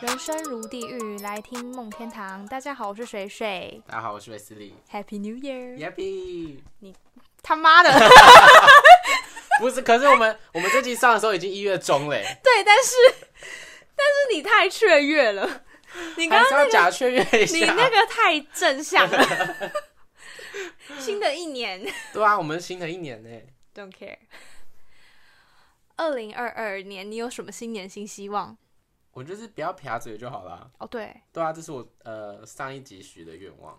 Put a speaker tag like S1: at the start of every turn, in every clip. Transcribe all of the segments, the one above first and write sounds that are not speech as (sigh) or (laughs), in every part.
S1: 人生如地狱，来听梦天堂。大家好，我是水水
S2: 大家好，我是韦斯利。
S1: ，Happy New Year！
S2: Yappy，
S1: 他妈的， (laughs)
S2: 不是，可是我们 (laughs) 我们这集上的时候已经一月中欸嘞，
S1: 对，但是但是你太雀跃
S2: (laughs)
S1: 了，你刚
S2: 还是
S1: 刚
S2: 要假雀跃一
S1: 你
S2: 下。
S1: 那个太正向了。
S2: (laughs)
S1: 新的一年
S2: 对啊，我们新的一年呢，
S1: ，Don't care。二零二二年，你有什么新年新希望？
S2: 我就是不要撇嘴就好啦。
S1: 哦，对，
S2: 对啊，这是我呃上一集许的愿望。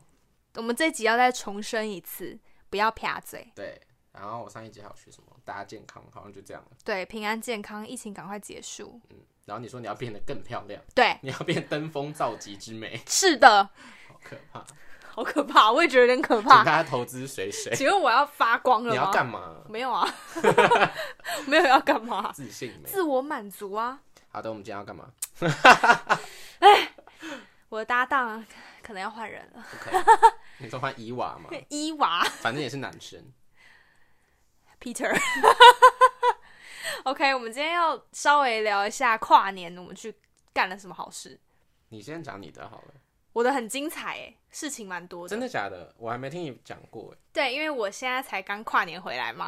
S1: 我们这集要再重申一次，不要撇嘴。
S2: 对，然后我上一集还有许什么？大家健康，好像就这样了。嗯
S1: 对，平安健康，疫情赶快结束。
S2: 然后你说你要变得更漂亮， (laughs)
S1: 对，
S2: 你要变登峰造极之美，
S1: 是的，
S2: 好可怕！请
S1: 好可怕，我也觉得有点可 (laughs) 怕
S2: 大。家投资水水，
S1: 请问我要发光了
S2: 你
S1: 吗？
S2: 要干嘛？
S1: 没有啊， (laughs) 没有要干嘛？
S2: 自信没？
S1: 自我满足啊！
S2: 好的，我们今天要干嘛？
S1: 我的搭档可能要换人了，
S2: 不可以。
S1: (laughs)
S2: 你说换伊娃嘛，
S1: 伊娃
S2: 反正也是男生。
S1: Peter。OK，我们今天要稍微聊一下跨年我们去干了什么好事。
S2: 你先讲你的好了。
S1: 我的很精彩诶，事情蛮多的。
S2: 真的假的？我还没听你讲过哎。
S1: 对，因为我现在才刚跨年回来
S2: (laughs)
S1: 嘛。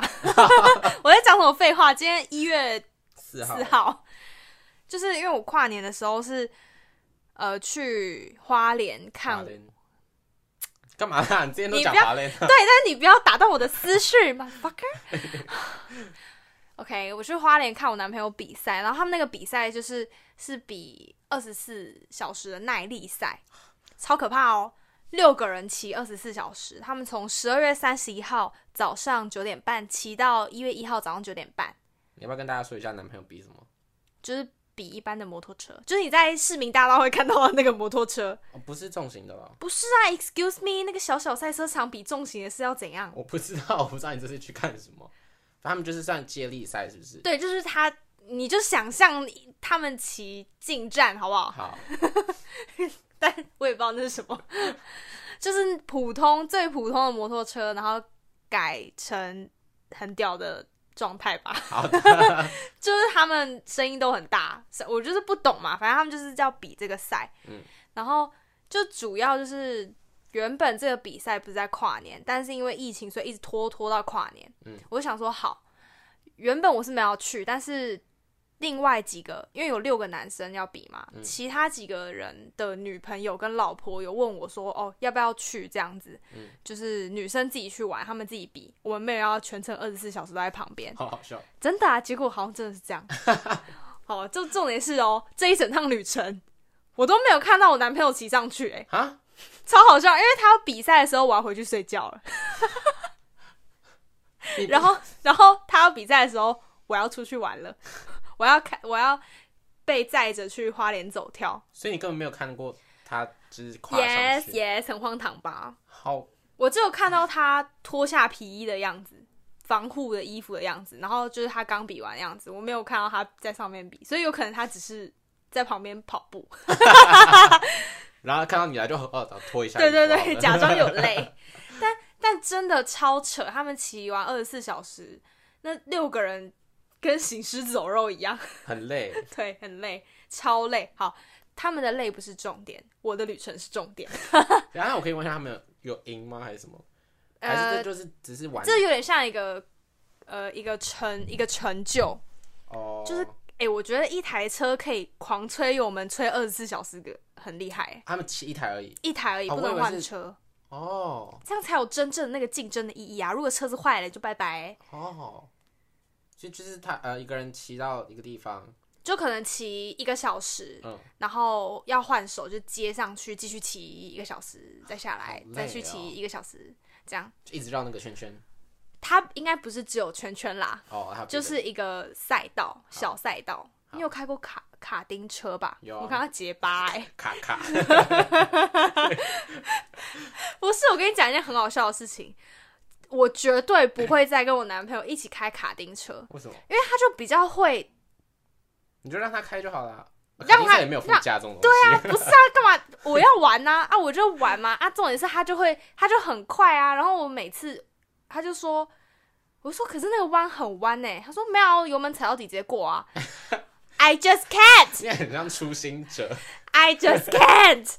S1: 我在讲什么废话？今天一月
S2: 四
S1: 四号，就是因为我跨年的时候是呃去花莲看
S2: 华联干嘛啦？你 (laughs) 之前都
S1: 你
S2: 讲
S1: 不要
S2: 华联，
S1: 但你不要打断我的思绪，motherfucker。OK，我去花莲看我男朋友比赛，然后他们那个比赛就是是比二十四小时的耐力赛，超可怕哦！六个人骑二十四小时，他们从十二月三十一号早上九点半骑到一月一号早上九点半，
S2: (laughs) 你要不要跟大家说一下男朋友比什么？
S1: 就是比一般的摩托车，就是你在市民大道会看到的那个摩托车。
S2: 哦，不是重型的吧？
S1: 不是啊，Excuse me，那个小小赛车场比重型的是要怎样？
S2: 我不知道，我不知道你这次去干什么。他们就是算接力赛，是不是？
S1: 对，就是他，你就想象他们骑近战好不好？
S2: 好，
S1: 但我也不知道那是什么， (laughs) 就是普通最普通的摩托车，然后改成很屌的状态吧。
S2: 好的，
S1: 就是他们声音都很大，是我就是不懂嘛，反正他们就是要比这个赛，
S2: 嗯
S1: 然后就主要就是原本这个比赛不是在跨年，但是因为疫情，所以一直拖拖到跨年，
S2: 嗯
S1: 我就想说好，原本我是没有要去，但是另外几个因为有六个男生要比嘛，
S2: 嗯
S1: 其他几个人的女朋友跟老婆有问我说，哦要不要去这样子，
S2: 嗯
S1: 就是女生自己去玩，他们自己比，我们没有要全程二十四小时都在旁边，
S2: 好好笑。
S1: 真的啊，结果好像真的是这样。 (laughs) 好，就重点是哦，这一整趟旅程我都没有看到我男朋友骑上去、欸，
S2: 啊，
S1: 超好笑，因为他要比赛的时候我要回去睡觉了，
S2: 你
S1: 然后然后他要比赛的时候我要出去玩了，我要看我要被载着去花莲走跳
S2: 所以你根本没有看过他，就是跨上
S1: ，yes
S2: 去。
S1: yes，很荒唐吧？
S2: 好，
S1: 我只有看到他脱下皮衣的样子。防护的衣服的样子，然后就是他刚比完的样子，我没有看到他在上面比，所以有可能他只是在旁边跑步，
S2: 然后看到你来就哦，拖一下。
S1: 对对对，，假装有累，但但真的超扯，他们骑完二十四小时，那六个人跟行尸走肉一样，
S2: (laughs)
S1: (laughs)
S2: 很累。
S1: 对，很累，超累。好，他们的累不是重点，我的旅程是重
S2: (laughs)
S1: 点。
S2: 然后我可以问一下，他们有有赢吗？还是什么？还是这
S1: 呃，
S2: 就是只是玩？
S1: 这有点像一个呃一个成一个成就，
S2: 哦，
S1: 就是诶，我觉得一台车可以狂吹油门吹二十四小时的，很厉害。
S2: 他们骑一台而已。
S1: 一台而已，
S2: 哦
S1: 不
S2: 我以
S1: 能
S2: 为
S1: 换
S2: 是
S1: 车，
S2: 哦
S1: 这样才有真正的那个竞争的意义啊！如果车子坏了，就拜拜、
S2: 哦，所以就是他呃一个人骑到一个地方，
S1: 就可能骑一个小时，
S2: 嗯
S1: 然后要换手就接上去，继续骑一个小时，再下来，
S2: 好累哦
S1: 再去骑一个小时，这样。
S2: 就一直绕那个圈圈。
S1: 它应该不是只有圈圈啦，
S2: 哦，他
S1: 就
S2: 别的
S1: 是一个赛道，小赛道。你有开过卡卡丁车吧？
S2: 有啊
S1: 我看它结巴哎、
S2: 卡卡，
S1: (laughs) 不是，我跟你讲一件很好笑的事情，我绝对不会再跟我男朋友一起开卡丁车，
S2: 为什么？
S1: 因为他就比较会
S2: 你就让他开就好了。
S1: 让
S2: 卡丁
S1: 他
S2: 车也没有附加这种东西。
S1: 啊，不是啊，干嘛？我要玩呐、啊，我就玩嘛，啊，重点是他就会，他就很快啊，然后我每次他就说，我说可是那个弯很弯呢、他说没有啊，油门踩到底直接过啊，I just can't，
S2: 你很像初心者，
S1: I just can't。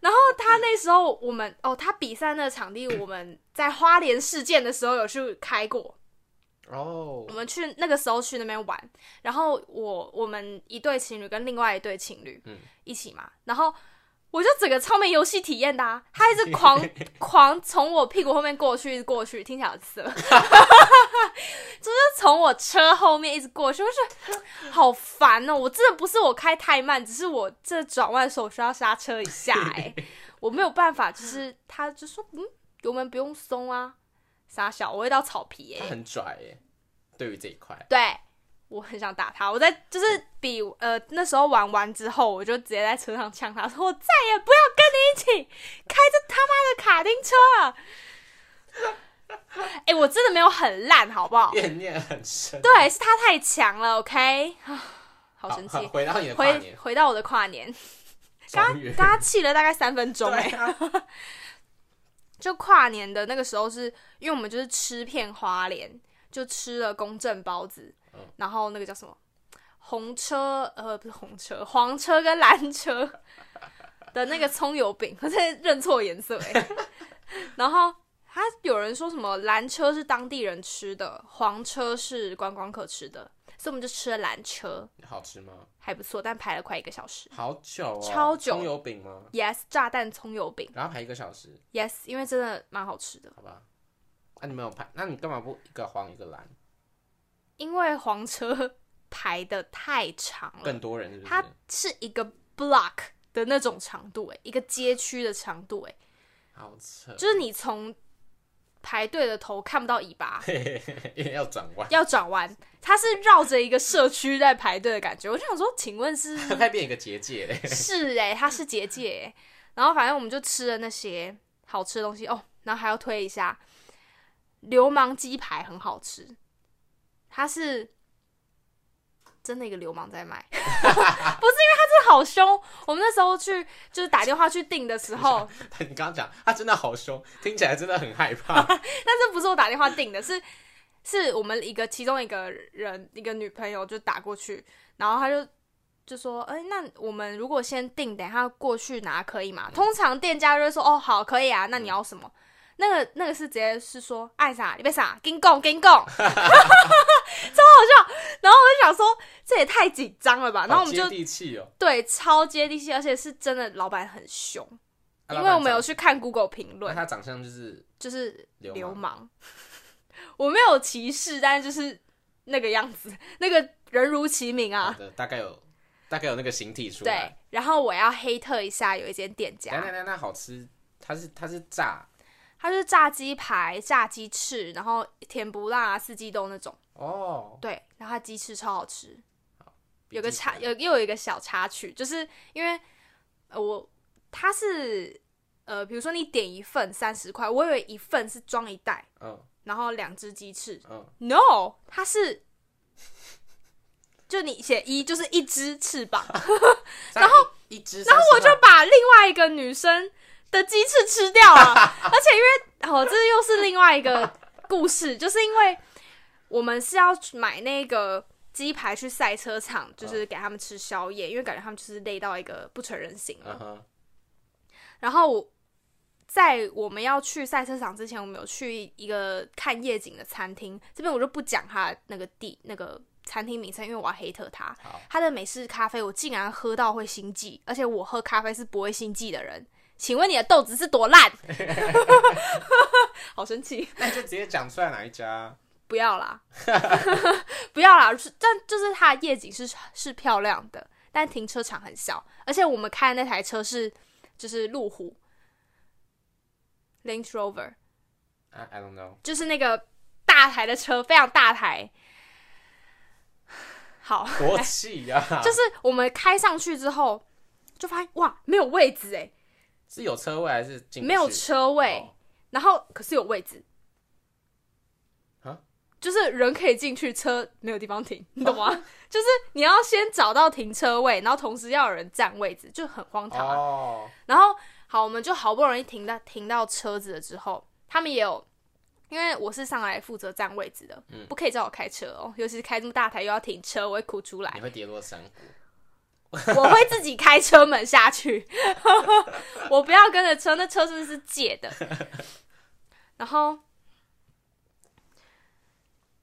S1: 然 (laughs) 后他那时候我们哦，他比赛那个场地我们在花莲事件的时候有去开过，
S2: 哦
S1: 我，们去那个时候去那边玩，然后我我们一对情侣跟另外一对情侣
S2: 嗯
S1: 一起嘛，然后我就整个超没游戏体验的、啊，他一直狂狂从我屁股后面过去，一直过去，听起来很色， (laughs) 就是从我车后面一直过去，我就觉得 (laughs) 好烦哦！我真的不是我开太慢，只是我这转弯的时候需要刹车一下、哎，我没有办法，就是他就说嗯，油门不用松啊，傻小，我会到草皮、
S2: 他
S1: 哎，
S2: 很拽耶，对于这一块，
S1: 对。我很想打他，我在就是比呃那时候玩完之后，我就直接在车上呛他 (laughs) 说：“我再也不要跟你一起开这他妈的卡丁车了。 (laughs) 哎、我真的没有很烂，好不好？
S2: 怨念很深。
S1: 对，是他太强了，OK，啊 (sighs) 好
S2: 好，
S1: 生气。
S2: 回到你的跨
S1: 回
S2: 年，
S1: 回到我的跨年，
S2: 终
S1: 刚
S2: 于
S1: 刚气了大概三分钟、哎、
S2: 对啊
S1: 就跨年的那个时候是，因为我们就是吃遍花莲，就吃了公正包子，
S2: 嗯
S1: 然后那个叫什么红车呃不是红车，黄车跟蓝车的那个葱油饼，我在认错颜色哎、 (laughs) 然后他有人说什么蓝车是当地人吃的，黄车是观光客吃的，所以我们就吃了蓝车，
S2: 好吃吗？
S1: 还不错，但排了快一个小时。
S2: 好久哦，
S1: 超久
S2: 葱油饼吗？
S1: Yes，炸弹葱油饼。
S2: 然后排一个小时，
S1: Yes，因为真的蛮好吃的。
S2: 好吧？那、你没有排，那你干嘛不一个黄一个蓝？
S1: 因为黄车排的太长了
S2: 更，多人是不
S1: 它
S2: 是？
S1: 是一个 block 的那种长度、欸，一个街区的长度、欸，
S2: 好扯，，
S1: 就是你从排队的头看不到尾巴
S2: (laughs) 因为要转弯，
S1: 要转弯，它是绕着一个社区在排队的感觉。我就想说，请问是。
S2: 快变一个结界嘞 (laughs)
S1: 是哎、它是结界、欸。然后反正我们就吃了那些好吃的东西哦，然后还要推一下流氓鸡排，很好吃。它是真的一个流氓在卖， (laughs) 不是因为它真的好凶。我们那时候去就是打电话去订的时候，
S2: 但你刚刚讲，他真的好凶，听起来真的很害怕。
S1: 但是不是我打电话订的，是是我们一个其中一个人一个女朋友就打过去，然后他就就说，哎、那我们如果先订，等一下过去拿可以吗？通常店家就会说，哦，好，可以啊，那你要什么？那个那个是直接是说爱啥你别啥，跟供跟
S2: (laughs)
S1: 供，超好笑。然后我就想说，这也太紧张了 (laughs) 吧。然后我们就
S2: 好接地气哦，
S1: 对超接地气，而且是真的，老板很凶，
S2: 啊
S1: 因为我们有，
S2: 老板长
S1: 去看 Google 评
S2: 那
S1: 论，
S2: 他长相就是
S1: 就是
S2: 流
S1: 流
S2: 氓
S1: 氓。 (laughs) 我没有歧视，但是就是那个样子， (laughs) 那个人如其名
S2: 好
S1: 啊。
S2: 的，大概有大概有那个形体哦出
S1: 对
S2: 来。，
S1: 然后我要黑特一下，有一间店
S2: 等一下
S1: 家，
S2: 等一下，那好吃，它是它是炸
S1: 它是炸鸡排、炸鸡翅，然后甜不辣、啊、四季豆那种。
S2: 哦，
S1: 对，然后它鸡翅超好吃。有个
S2: 比鸡
S1: 插
S2: 排
S1: 有又有一个小插曲，就是因为呃我它是呃，比如说你点一份三十块，我以为一份是装一袋，
S2: 嗯
S1: 然后两只鸡翅，
S2: 嗯，
S1: No，它是，就你写一就是一只翅膀，
S2: 然后一只，然后
S1: 我就把另外一个女生的鸡翅吃掉了，而且因为哦，这又是另外一个故事，就是因为我们是要买那个鸡排去赛车场，就是给他们吃宵夜，因为感觉他们就是累到一个不成人形了。
S2: 嗯哼，
S1: 然后我在我们要去赛车场之前，我们有去一个看夜景的餐厅，这边我就不讲它那个地那个餐厅名称，因为我要黑特它
S2: 好。
S1: 它的美式咖啡我竟然喝到会心悸，而且我喝咖啡是不会心悸的人。请问你的豆子是多烂？ (laughs) 好生气！
S2: 那你就直接讲出来哪一家啊。
S1: 不要啦， (laughs) 不要啦！是但就是它的夜景是是漂亮的，但停车场很小，而且我们开的那台车是就是路虎 Range Rover，
S2: I I don't know，
S1: 就是那个大台的车，非常大台。 (sighs) 好，
S2: 国啊气呀，
S1: (laughs) 就是我们开上去之后，就发现哇，没有位置哎、
S2: 是有车位还是进不去
S1: 没有车位，
S2: 哦
S1: 然后可是有位置
S2: 啊，哦
S1: 就是人可以进去，车没有地方停，你懂吗？ (laughs) 就是你要先找到停车位，然后同时要有人占位置，就很荒唐啊。
S2: 哦，
S1: 然后好，我们就好不容易停到停到车子了之后，他们也有，因为我是上来负责占位置的，
S2: 嗯
S1: 不可以叫我开车哦，尤其是开这么大台又要停车，我会哭出来
S2: 你。会跌落山谷。
S1: (laughs) 我会自己开车门下去， (laughs) 我不要跟着车，那车真的是借的。 (laughs) 然后，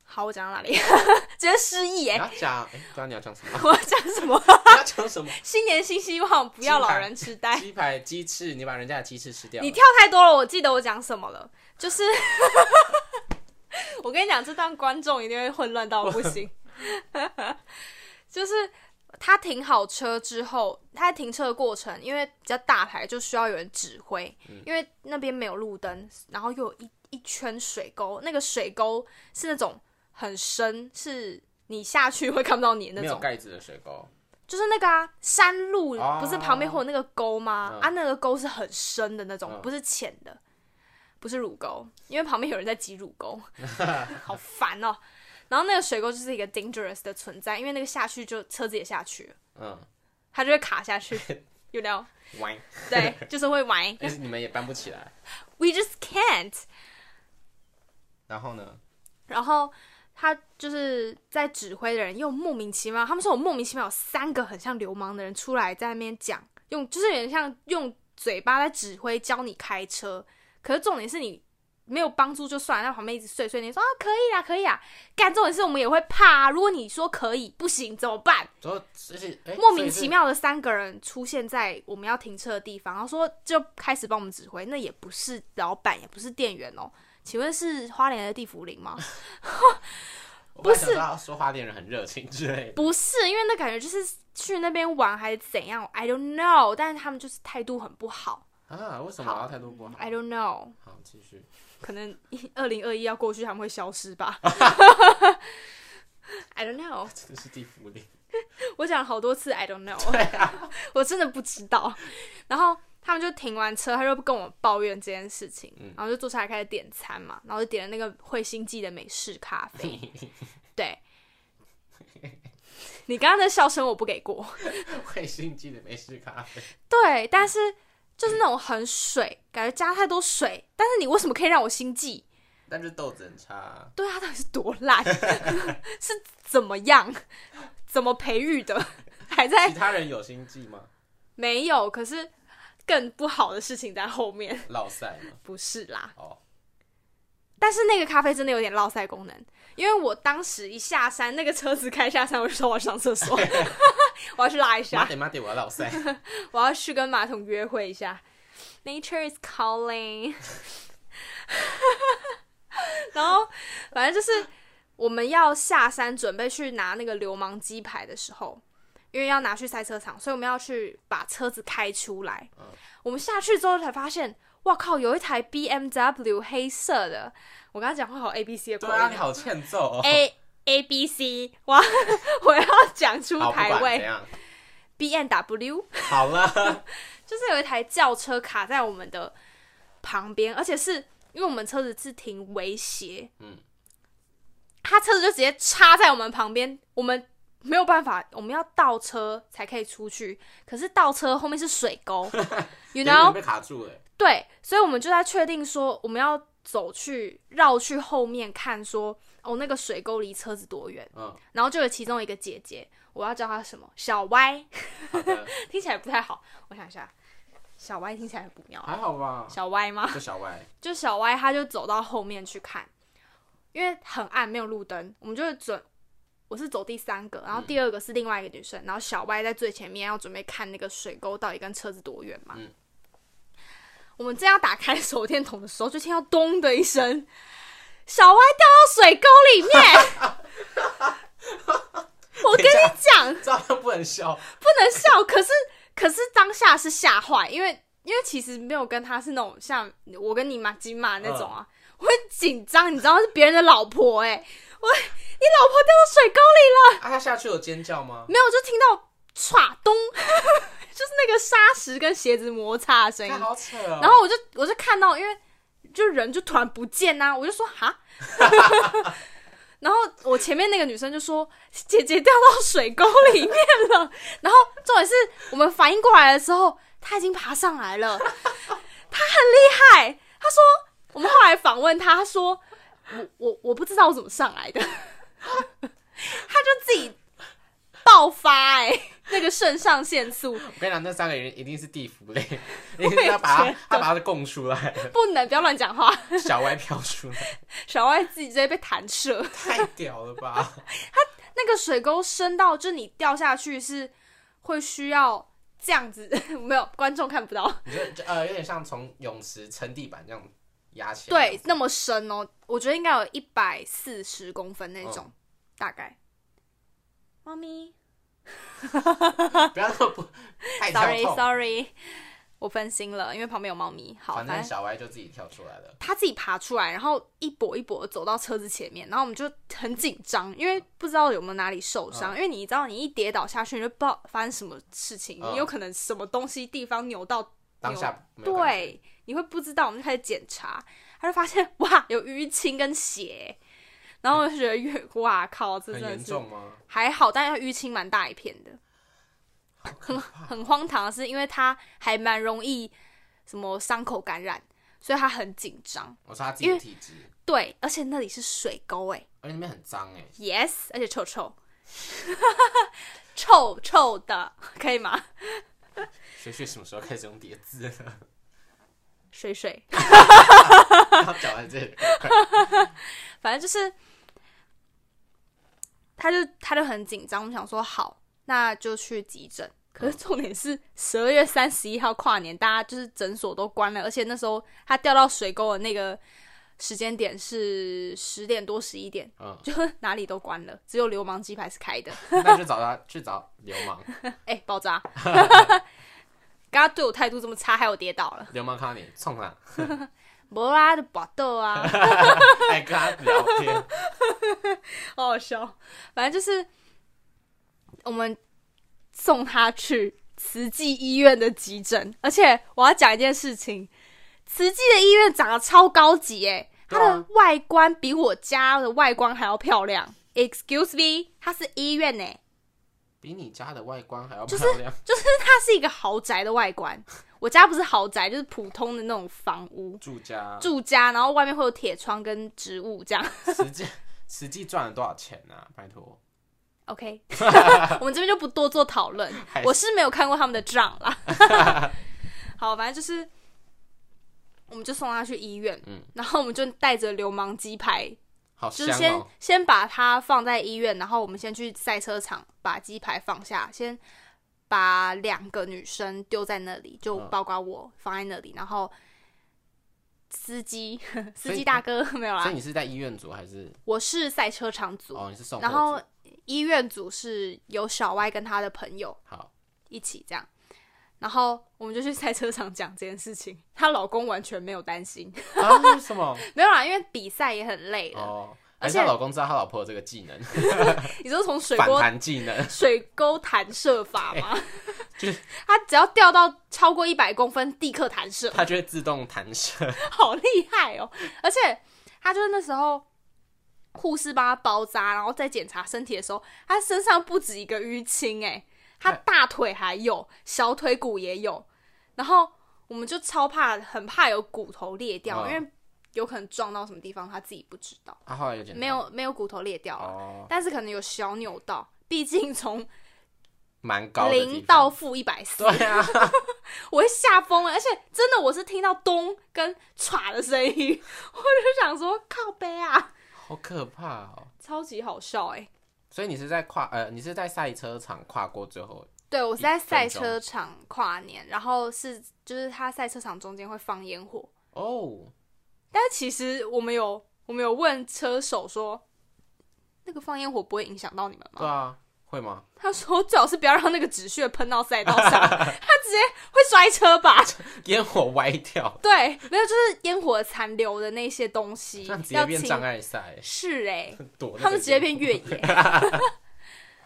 S1: 好，我讲到哪里？ (laughs) 直接失忆
S2: 你
S1: 哎、
S2: 要讲，哎，刚刚你要讲什么？
S1: (laughs) 我要讲什么？
S2: 你要讲什么？
S1: 新年新希望，不要老人痴呆。
S2: 鸡排、鸡翅，你把人家的鸡翅吃掉了。
S1: 哎你跳太多了，我记得我讲什么了，就是我跟你讲，这段观众一定会混乱到不行。 (laughs) 就是他停好车之后，他在停车的过程，因为比较大台，就需要有人指挥，
S2: 嗯
S1: 因为那边没有路灯，然后又有一一圈水沟，那个水沟是那种很深，是你下去会看不到你的
S2: 没
S1: 那
S2: 有
S1: 种。
S2: 盖子的水沟，
S1: 就是那个啊，山路
S2: 哦
S1: 不是旁边会有那个沟吗？
S2: 嗯
S1: 啊，那个沟是很深的那种，
S2: 嗯
S1: 不是浅的，不是乳沟，因为旁边有人在挤乳沟，
S2: (laughs)
S1: 好烦哦。然后那个水沟就是一个 dangerous 的存在，因为那个下去就车子也下去了，
S2: 嗯，
S1: 它就会卡下
S2: (laughs)
S1: 去，you know，
S2: 歪，
S1: 对，就是会玩
S2: 但是你们也搬不起来。
S1: ，we just can't。
S2: 然后呢？
S1: 然后他就是在指挥的人又莫名其妙，他们说我莫名其妙有三个很像流氓的人出来在那边讲，用就是有点像用嘴巴在指挥教你开车，可是重点是你。没有帮助就算了，在旁边一直碎碎念说啊可以啦可以啦，干这种事我们也会怕、啊。如果你说可以不行怎么办？
S2: 然后就是哎
S1: 莫名其。
S2: 所以是
S1: 妙的三个人出现在我们要停车的地方，然后说就开始帮我们指挥，那也不是老板也不是店员哦，请问是花莲的地府林吗？
S2: 我本来
S1: 不是
S2: 想到说花莲人很热情之类的，
S1: 不是，因为那感觉就是去那边玩还是怎样，I don't know。但是他们就是态度很不 (laughs) 好嗯
S2: 啊？为什么要态度不好？
S1: ，I don't know。
S2: 好，继续。
S1: 可能二零二一要过去，他们会消失吧 (laughs) ？I don't know。
S2: 真的是地府里，
S1: 我讲了好多次 I don't know，我 (laughs) 真的不知道。然后他们就停完车，他就跟我抱怨这件事情，然后就坐下来开始点餐嘛，然后就点了那个汇星记的美式咖啡。对，你刚刚的笑声我不给过。
S2: 会心记的美式咖啡。
S1: 对，但是就是那种很水，感觉加太多水。但是你为什么可以让我心悸？
S2: 但是豆子很差啊，
S1: 对啊，到底是多烂， (laughs) 是怎么样，怎么培育的？还在
S2: 其他人有心计吗？
S1: 没有？可是更不好的事情在后面，
S2: 落赛吗？
S1: 不是啦。
S2: 哦，
S1: 但是那个咖啡真的有点落塞功能，因为我当时一下山，那个车子开下山，我就说我要上厕所， (laughs) 我要去拉一
S2: 妈
S1: 下，
S2: 得妈得，我要落赛。
S1: 我要去跟马桶约会一下。Nature is calling 。然后，反正就是我们要下山准备去拿那个流氓鸡排的时候，因为要拿去赛车场，所以我们要去把车子开出来。
S2: 嗯
S1: 我们下去之后才发现，哇靠，有一台 BMW 黑色的。我刚刚讲话好 A B C 的
S2: 对
S1: 口音
S2: 啊，你好欠揍哦。
S1: A A B C，哇， (laughs) 我要讲出
S2: 好，不
S1: 台
S2: 管怎
S1: 位
S2: 样，
S1: B N W。
S2: 好了，
S1: 就是有一台轿车卡在我们的旁边，而且是因为我们车子是停围斜，
S2: 嗯，
S1: 他车子就直接插在我们旁边，我们没有办法，我们要倒车才可以出去，可是倒车后面是水沟 (laughs) ，you
S2: 你 (laughs)
S1: know，
S2: 被卡住了。
S1: 对，所以我们就在确定说我们要走去绕去后面看说，哦那个水沟离车子多远，
S2: 嗯，
S1: 然后就有其中一个姐姐，我要叫她什么小歪， (laughs)
S2: 好的，
S1: 听起来不太好，我想一下，小歪听起来很不妙，
S2: 还好 (laughs) 吧。
S1: 小歪吗？ (laughs)
S2: 就小歪，
S1: 就小歪他就走到后面去看，因为很暗，没有路灯，我们就准。我是走第三个，然后第二个是另外一个女生，然后小歪在最前面，要准备看那个水沟到底跟车子多远嘛。
S2: 嗯
S1: 我们正要打开手电筒的时候，就听到咚的一声，小歪掉到水沟里面。我跟你讲，
S2: 照样不能 (laughs) 笑。啊
S1: 不能笑，可是可是当下是吓坏，因为因为其实没有跟他是那种像我跟你妈金妈那种啊，我会紧张，你知道是别人的老婆哎、我你老婆掉到水沟里了，
S2: 啊，他下去有尖叫吗？
S1: 没有就听到唰咚， (laughs) 就是那个沙石跟鞋子摩擦的声音
S2: 他，好扯哦。
S1: 然后我就我就看到，因为就人就突然不见呐、我就说哈。 (laughs) 然后我前面那个女生就说：“姐姐掉到水沟里面了。”然后重点是我们反应过来的时候，她已经爬上来了，她很厉害。她说：“我们后来访问她，她说我我我不知道我 (laughs) 怎么上来的，她就自己爆发哎、那个肾上腺素
S2: 我跟你讲，那三个人一定是地府类， (laughs) 一定是要把他他把他的供出来，
S1: 不能不要乱讲话，
S2: 小歪飘出来，
S1: 小歪自己直接被弹射。
S2: (laughs) 太屌了吧！
S1: 那个水沟深到，就是你掉下去是会需要这样子， (laughs) 没有观众看不到，
S2: 你就就呃有点像从泳池撑地板这样压起来，
S1: 对，，那么深哦，我觉得应该有一百四十公分那
S2: 嗯
S1: 种，大概。猫咪
S2: 不要那么不太跳
S1: ，sorry
S2: 哎痛。
S1: sorry，我分心了，因为旁边有猫咪。好，
S2: 反
S1: 反
S2: 正
S1: 正
S2: 小歪就自己跳出来了。
S1: 他自己爬出来，然后一跛一跛地走到车子前面，然后我们就很紧张，因为不知道有没有哪里受
S2: 嗯
S1: 伤，因为你知道你一跌倒下去，你就不知道发生什么事情，
S2: 嗯
S1: 你有可能什么东西地方扭到，
S2: 当下没有感觉，
S1: 对，你会不知道，我们就开始检查，他就发现 (laughs) 哇有淤青跟血，然后我就觉得越哇靠，这真
S2: 很
S1: 的
S2: 严
S1: 是
S2: 重吗？
S1: 还好，但是淤青蛮大一片的，很
S2: (laughs)
S1: 很荒唐的是，因为他还蛮容易什么伤口感染，所以他很紧张。
S2: 我说他自己的体质，
S1: 对，而且那里是水沟哎
S2: 而且那边很脏哎，
S1: ，yes，而且臭臭， (laughs) 臭臭的，可以吗？
S2: 学学什么时候开始用叠字 (laughs) 了？
S1: 水水，
S2: 他讲完这个，
S1: 反正就是，他就他就很紧张，我们想说好，那就去急诊。可是重点是十二月三十一号跨年，大家就是诊所都关了，而且那时候他掉到水沟的那个时间点是十点多十一点， (laughs)
S2: 嗯，
S1: 就是哪里都关了，只有流氓鸡排是开的。
S2: (laughs) 那就找他去找流氓，
S1: 哎、爆炸！ (laughs) 刚刚对我态度这么差，害我跌倒了。
S2: 流氓看到你冲他，
S1: 无啦，就搏斗啊，
S2: 还跟他聊天，
S1: 好好笑。反正就是我们送他去慈济医院的急诊，而且我要讲一件事情，慈济的医院长得超高级诶、它
S2: 对
S1: 的
S2: 啊
S1: 外观比我家的外观还要漂亮。Excuse me，它是医院呢、
S2: 比你家的外观还要
S1: 就
S2: 漂
S1: 是
S2: 亮。
S1: 就是它是一个豪宅的外观。我家不是豪宅，就是普通的那种房屋。
S2: 住家
S1: 住家，然后外面会有铁窗跟植物这样。
S2: 实际实际赚了多少钱啊？拜托， (laughs)
S1: OK，我们这边就不多做讨论
S2: 还，是
S1: 我是没有看过他们的账啦。
S2: (laughs)
S1: 好，反正就是，我们就送他去医院，
S2: 嗯
S1: 然后我们就带着流氓鸡排，
S2: 好
S1: 就
S2: 香
S1: 是先
S2: 哦！
S1: 先把它放在医院，然后我们先去赛车场把鸡排放下，先把两个女生丢在那里，就
S2: 嗯
S1: 包括我放在那里，然后司机司
S2: 所
S1: 机
S2: 以
S1: 大哥没有啦
S2: 所以，你是在医院组还是？
S1: 我是赛车场组，
S2: 哦，你是送货
S1: 然后
S2: 组
S1: 医院组是有小歪跟他的朋友
S2: 好，
S1: 一起这样，然后我们就去赛车场讲这件事情，她老公完全没有担心， (laughs)
S2: 啊？为什么？
S1: 没有啦，因为比赛也很累了，
S2: 哦，
S1: 而
S2: 还
S1: 且
S2: 是她老公知道她老婆有这个技能，
S1: 你说从水
S2: 反
S1: 沟
S2: 弹技能，
S1: 水沟弹射法吗？
S2: (laughs) 就是
S1: 他只要掉到超过一百公分，立刻弹射，
S2: 她就会自动弹射。
S1: (laughs) 好厉害哦！而且他就是那时候护士帮他包扎，然后在检查身体的时候，他身上不止一个淤青，哎，他大腿还有，小腿骨也有，然后我们就超怕，很怕有骨头裂掉，
S2: 嗯
S1: 因为有可能撞到什么地方，他自己不知道，
S2: 她啊后来有
S1: (laughs)
S2: 点
S1: 没有没有骨头裂掉了，
S2: 嗯哦，
S1: 但是可能有小扭到，毕竟从
S2: 蛮高的地方
S1: 零到负一百四
S2: 对。啊，
S1: 我会吓疯了，而且真的我是听到咚跟歘的声音，我就想说靠背啊，
S2: 好可怕哦。
S1: 超级好笑哎、
S2: 所以你是在跨呃，你是在赛车场跨过最后
S1: 对，我是在赛车场跨年，然后是就是他赛车场中间会放烟火，
S2: 哦，
S1: 但是其实我们有我们有问车手说，那个放烟火不会影响到你们吗
S2: 对？啊，会吗？
S1: 他说最好是不要让那个纸屑喷到赛道上，
S2: (laughs)
S1: 他直接会摔车吧？
S2: 烟火歪掉，
S1: 对，没有就是烟火残留的那些东西
S2: 那直接
S1: 要
S2: 变
S1: 清
S2: 障碍赛，
S1: 是哎、
S2: 躲那
S1: 他
S2: 个
S1: 们直接
S2: 烟
S1: 变越野。 (laughs)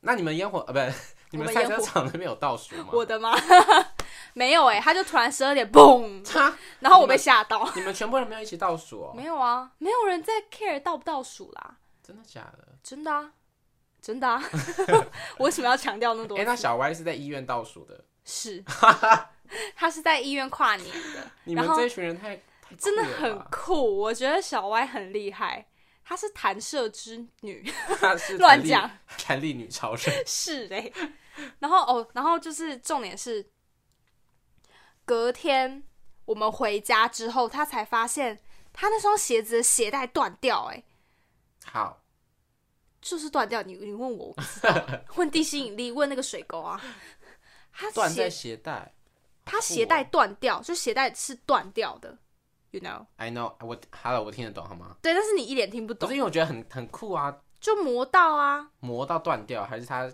S2: 那你们烟火
S1: (laughs)
S2: 呃，不是你们
S1: 我们
S2: 赛
S1: 烟
S2: 车
S1: 火
S2: 场那边有倒数吗？
S1: 我的吗？ (laughs) 没有哎、他就突然十二点嘣，
S2: (laughs) 哈，
S1: 然后我被吓到。
S2: 你们全部人没有一起倒数哦？
S1: 没有啊，没有人在 care 倒不倒数啦，
S2: 真的假的？
S1: 真的啊，真
S2: (laughs)
S1: 的啊。我为什么要强调那么多
S2: 哎、？那小歪是在医院倒数的， (laughs)
S1: 是，他是在医院跨年的，
S2: 你们
S1: 然后
S2: 这一群人太太酷
S1: 真的
S2: 了
S1: 很
S2: 吧
S1: 酷。我觉得小歪很厉害，她是弹射之女，
S2: (laughs) 她是
S1: 乱讲，
S2: 弹力女超
S1: (laughs)
S2: 人，
S1: 是嘞。然后哦，然后就是重点是，隔天我们回家之后，她才发现她那双鞋子的鞋带断掉、哎，
S2: 好，
S1: 就是断掉。你你问我，我不知道。
S2: (laughs)
S1: 问地心引力，问那个水沟啊。她
S2: 断在哦
S1: 鞋
S2: 鞋带。
S1: 她鞋带断掉，就鞋带是断掉的，you know？
S2: I know，我 Hello，我听得懂好吗？
S1: 对，但是你一脸听不
S2: 不
S1: 懂
S2: 是，因为我觉得很很酷啊，
S1: 就磨到啊。
S2: 磨到断掉，还是它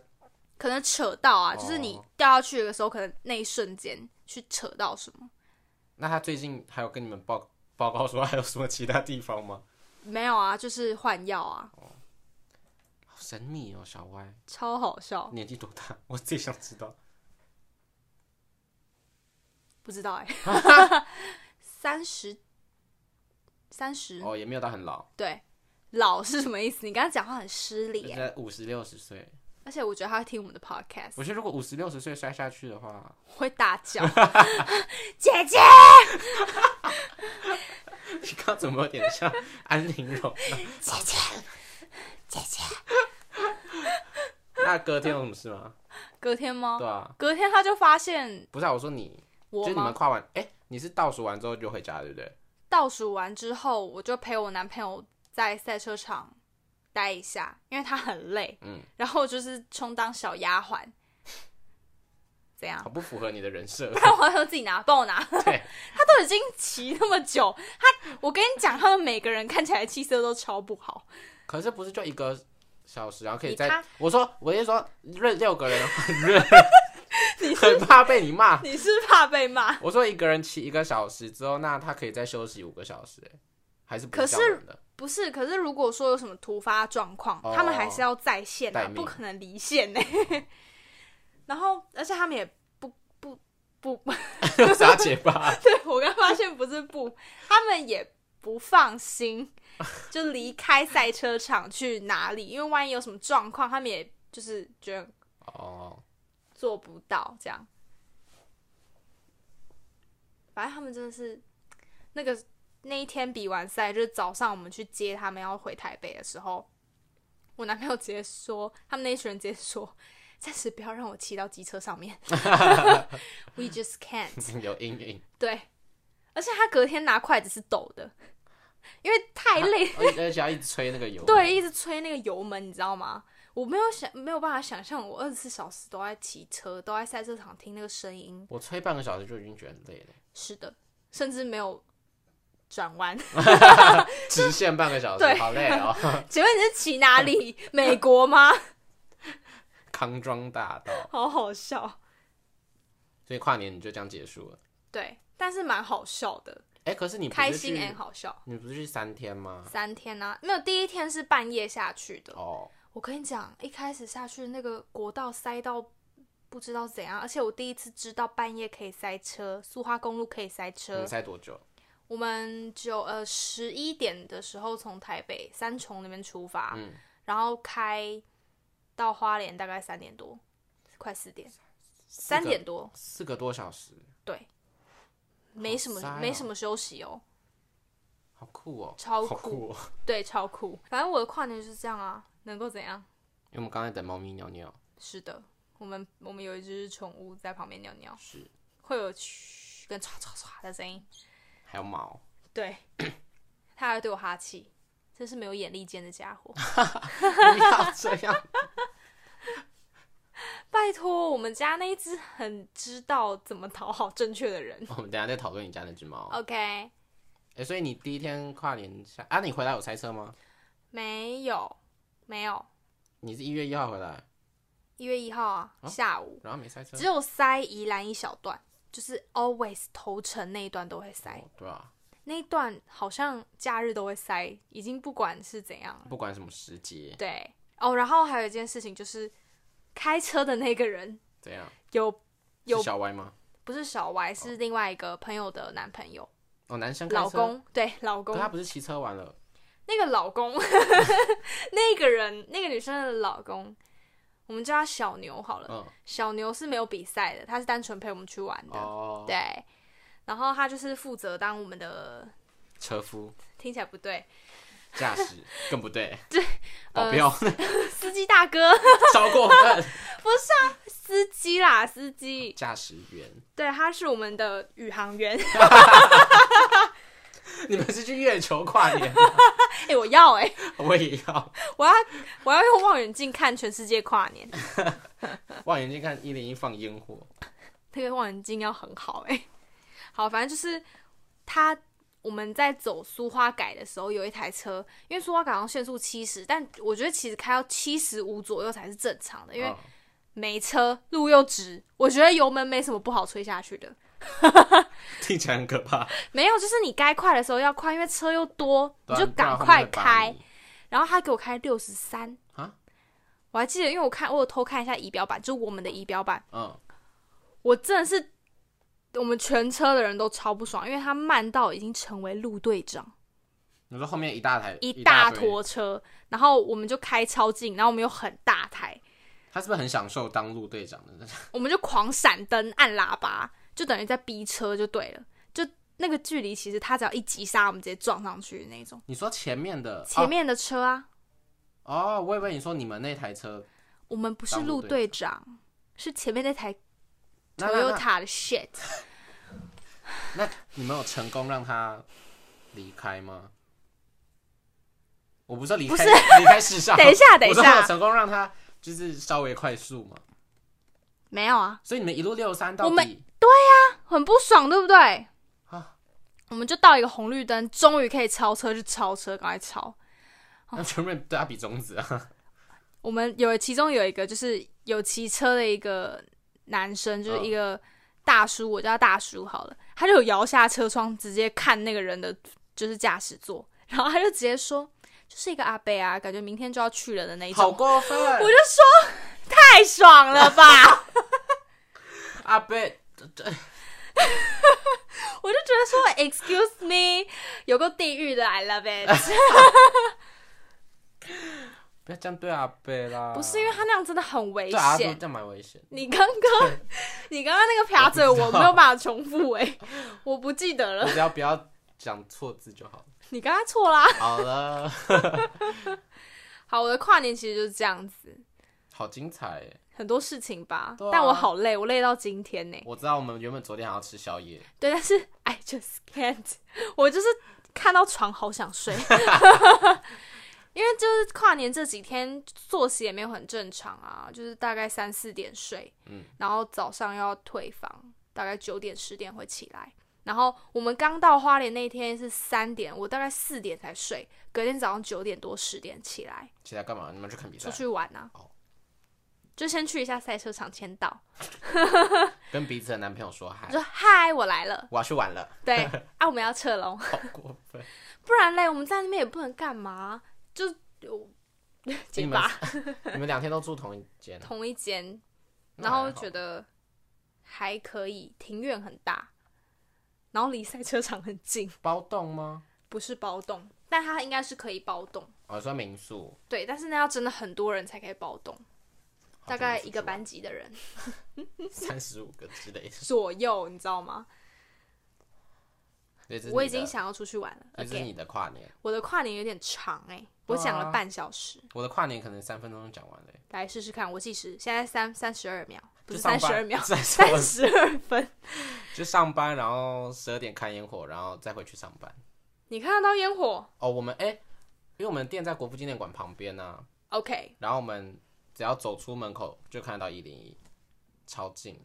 S1: 可能扯到啊，
S2: 哦
S1: 就是你掉下去的时候，可能那一瞬间去扯到什么。
S2: 那他最近还有跟你们报报告说还有什么其他地方吗？
S1: 没有啊，就是换药啊，
S2: 好神秘哦，小歪
S1: 超好笑，
S2: 年纪多大？ (laughs) 我最想知道。
S1: 不知道哎、 (laughs) 三十，三十，
S2: 哦，也没有到很老，
S1: 对，老是什么意思？你刚刚讲话很失礼
S2: 应
S1: 耶、
S2: 该五十六十岁。
S1: 而且我觉得他会听我们的 podcast，
S2: 我觉得如果五十六十岁摔下去的 (laughs) 话，
S1: 我会大叫，姐姐，
S2: 你刚刚怎么有点像 (laughs) 安陵容？
S1: 姐姐，姐姐。
S2: (laughs) 那隔天有什么事吗？
S1: 隔天吗？
S2: 对啊，
S1: 隔天他就发现
S2: 不是啊，我说你，就
S1: 哦我
S2: 是你们
S1: 吗？
S2: 跨完，哎、你是倒数完之后就回家，对不对？
S1: 倒数完之后，我就陪我男朋友在赛车场待一下，因为他很累，
S2: 嗯，
S1: 然后就是充当小丫
S2: (laughs)
S1: 鬟，怎样。
S2: 好？不符合你的人设
S1: (laughs) 让我要自己拿，帮我拿。他
S2: 对，
S1: 都已经骑那么久，他我跟你讲，他们每个人看起来气色都超不好。
S2: 可是不是就一个小时，然后可以
S1: 你
S2: 再
S1: 他？
S2: 我说，我是说，认六个人
S1: (laughs)
S2: 很认，很怕被你骂。
S1: 你是怕被骂？
S2: 我说一个人骑一个小时之后，那他可以再休息五个小时、欸，还是不
S1: 可
S2: 这
S1: 是 (laughs)
S2: 样的？ (laughs)
S1: 不是，可是如果说有什么突发状况，
S2: 哦
S1: 他们还是要在线
S2: 待
S1: 啊，
S2: 命
S1: 不可能离线呢、 (laughs) 然后，而且他们也 (laughs) 不不不
S2: 有啥结巴？
S1: 对我刚发现不是不，他们也不放心，就离开赛车场去哪里，因为万一有什么状况，他们也就是觉得
S2: 哦，
S1: 做不到这样。反正他们真的是那个那一天比完赛，就是早上我们去接他们要回台北的时候，我男朋友直接说，他们那一群人直接说，暂时不要让我骑到机车上面，We just can't。
S2: 有阴影，
S1: 对，而且他隔天拿筷子是抖的，因为 (laughs) 太累，
S2: (laughs) 而且而且要一直吹那个油。
S1: 对，，一直吹那个油门，你知道吗？我没有想，没有办法想象，我二十四小时都在骑车，都在赛车场听那个声音。
S2: 我吹半个小时就已经觉得很累
S1: (laughs)
S2: 了，
S1: 是的，甚至没有转
S2: (laughs)
S1: 弯。
S2: 直线半个小时
S1: 对，
S2: 好累哦。 (laughs)
S1: 请问你是骑哪里？美国吗？
S2: 康庄大道，
S1: 好好笑。
S2: 所以跨年你就这样结束了。
S1: 对，但是蛮好笑的，
S2: 哎、可是你不
S1: 开
S2: 是
S1: 心
S2: 去，
S1: and 好笑。
S2: 你不是去三天吗？
S1: 三天啊，没有第一天是半夜下去的，
S2: 哦，
S1: 我跟你讲，一开始下去那个国道塞到不知道怎样，而且我第一次知道半夜可以塞车，苏花公路可以塞
S2: 你
S1: 车。
S2: 们塞多久？
S1: 我们九呃十一点的时候从台北三重那边出发，
S2: 嗯
S1: 然后开到花莲大概三点多，快四点，三
S2: 个
S1: 点多，
S2: 四个多小时，
S1: 对，没什么、
S2: 塞哦
S1: 没什么休息哦，
S2: 好酷哦，
S1: 超
S2: 好
S1: 酷
S2: 酷哦。
S1: 对，超酷。反正我的跨年就是这样啊，能够怎样？
S2: 因为我们刚才等猫咪尿尿，
S1: (laughs) 是的，我们我们有一只宠物在旁边尿尿。
S2: 是
S1: 会有嘘跟唰唰唰的声音。
S2: 还有毛， (laughs)
S1: 对，他还会对我哈气，真是没有眼力见的家伙。
S2: 不要这样。
S1: 拜托，我们家那一只很知道怎么讨好正确的人。
S2: (laughs) 我们等一下再讨论你家那只猫。
S1: 哦
S2: 哎、
S1: OK，
S2: 所以你第一天跨年下啊，你回来有塞车吗？
S1: 没有，没有，
S2: 你是一月一号回来，
S1: 一月一号啊，下午
S2: 然后没塞车
S1: 只。有塞宜兰一小段，就是 always 头城那一段都会塞，
S2: 哦对啊，
S1: 那一段好像假日都会塞，已经不管是怎样了。
S2: 不管什么时节，
S1: 对，哦，然后还有一件事情就是，开车的那个人
S2: 怎样？
S1: 有有
S2: 是小歪吗？
S1: 不是小歪，是另外一个朋友的男朋友，
S2: 哦，男哦生开车
S1: 老，公，对，老
S2: 可
S1: 公
S2: 是，他不是骑车完了，
S1: 那个老公， (laughs) 那个人，那个女生的老公，我们叫他小牛好了。
S2: 嗯，
S1: 小牛是没有比赛的，他是单纯陪我们去玩的，
S2: 哦，
S1: 对。然后他就是负责当我们的，
S2: 车夫，
S1: 听起来不对，
S2: 驾驶更
S1: (laughs)
S2: 不对，
S1: 呃
S2: 保镖
S1: 司机大哥， (laughs)
S2: 超过分，
S1: 司机啦，司机，
S2: 驾驶员，
S1: 对，他是我们的宇航员。 (laughs)
S2: 你们是去月球跨年吗？
S1: 哎、我要哎、
S2: 我也要
S1: 我要我要用望远镜看全世界跨年，
S2: 望远镜看一零一放烟火，
S1: 那个望远镜要很好哎、 (laughs) 好，反正就是他我们在走苏花改的时候，有一台车，因为苏花改好像限速七十，但我觉得其实开到七十五左右才是正常的，因为
S2: 嗯
S1: 没车，路又直，我觉得油门没什么不好吹下去的。
S2: 听起来很可怕。
S1: 没有，就是你该快的时候要快，因为车又多，你
S2: 对啊
S1: 就
S2: 不然
S1: 赶
S2: 后面
S1: 快
S2: 会把
S1: 开。
S2: 你
S1: 然后他给我开六十三
S2: 啊，
S1: 我还记得，因为我看我有偷看一下仪表板，就我们的仪表板，
S2: 嗯，
S1: 我真的是我们全车的人都超不爽，因为他慢到已经成为路队长，
S2: 你说后面一大台
S1: 一大
S2: 堆
S1: 坨车，然后我们就开超近，然后我们又很大台，
S2: 他是不是很享受当路队长的 (laughs) 那种？
S1: 我们就狂闪灯、按喇叭，就等于在逼车就对了，就那个距离其实他只要一急刹，我们直接撞上去的那种。
S2: 你说前面的
S1: 前面的车啊，
S2: 哦，哦我以为你说你们那台车，
S1: 我们不是
S2: 当
S1: 路
S2: 路队
S1: 队长，是前面那台
S2: 那那那 (laughs)
S1: Toyota 的 shit。
S2: 那你们有成功让他离开吗？我不是说离
S1: 不
S2: 开
S1: 是
S2: 离开世上，
S1: (laughs) 等一下，等一
S2: 我说我有
S1: 下，
S2: 成功让他就是稍微快速嘛，
S1: 没有啊，
S2: 所以你们一路六三到
S1: 我们
S2: 底
S1: 很不爽，对不对？
S2: 啊，
S1: 我们就到一个红绿灯，终于可以超车，就超车，赶快超。
S2: 那全部人对他比中指啊，
S1: 我们有其中有一个就是有骑车的一个男生，
S2: 嗯
S1: 就是一个大叔，我叫他大叔好了，他就有摇下车窗，直接看那个人的就是驾驶座，然后他就直接说，就是一个阿伯啊，感觉明天就要去了的那一
S2: 好
S1: 种，
S2: 过分！
S1: 我就说太爽了吧，
S2: (laughs) 阿贝，
S1: 我就觉得说 excuse me，有个地狱的 I love it。
S2: (laughs) 不要这样对阿贝啦，
S1: 不是因为他那样真的很危
S2: 对阿贝
S1: 险。
S2: 这样蛮危险。
S1: 你刚刚， (laughs) 你刚刚那个瓢嘴我没有办法重复哎、 (laughs) 我不记得
S2: 你 (laughs)
S1: 了。
S2: 只要不要讲错字就好了。
S1: 你刚刚错啦。
S2: 好了，
S1: 好，我的跨年其实就是这样子，
S2: 好精彩欸耶！
S1: 很多事情吧，
S2: 对啊
S1: 但我好累，我累到今天呢、
S2: 我知道我们原本昨天还要吃宵夜，
S1: 对，但是 I just can't，我 (laughs) 就是看到床好想
S2: (laughs)
S1: 睡。因为就是跨年这几天作息也没有很正常啊，就是大概三四点睡，
S2: 嗯
S1: 然后早上要退房，大概九点十点会起来。然后我们刚到花莲那天是三点，我大概四点才睡，隔天早上九点多十点起来
S2: 起来干嘛？你们去看比赛
S1: 出，去玩啊
S2: 哦，
S1: 就先去一下赛车场签到，
S2: 跟彼此的男朋友说嗨
S1: 我，说嗨，我来了，
S2: 我要去玩了， (laughs)
S1: 对，啊，我们要撤笼，
S2: 好过分！
S1: 不然嘞，我们在那边也不能干嘛，就有结
S2: 你们
S1: 巴
S2: 你们两天都住同一间，
S1: 同一间，
S2: 那
S1: 然后
S2: 还好
S1: 觉得还可以，庭院很大，然后离赛车场很近，
S2: 包栋吗？
S1: 不是包栋，但它应该是可以包栋，
S2: 哦，说民宿，
S1: 对，但是那要真的很多人才可以包栋，
S2: 哦
S1: 大概一个
S2: 班
S1: 班级的人
S2: 三十五个之类的。
S1: 左右，你知道吗？
S2: 这是你的
S1: 我已经，想要出去玩了
S2: 这是
S1: ，OK，
S2: 你啊的跨年，
S1: 我的跨年有点长哎、我讲了半小时，
S2: 我的跨年可能三分钟就讲完了耶，欸
S1: 来试试看，我计时，现在三三十二秒，不
S2: 就是上
S1: 三
S2: 班，
S1: 十二秒
S2: (laughs) 三十
S1: 三十二分，
S2: 就上班，然后十二点看烟火，然后再回去上班。
S1: 你看得到烟火
S2: 哦，我们哎、因为我们店在国父纪念馆旁边呢、啊，
S1: ？OK，
S2: 然后我们只要走出门口就看得到一零一，超近。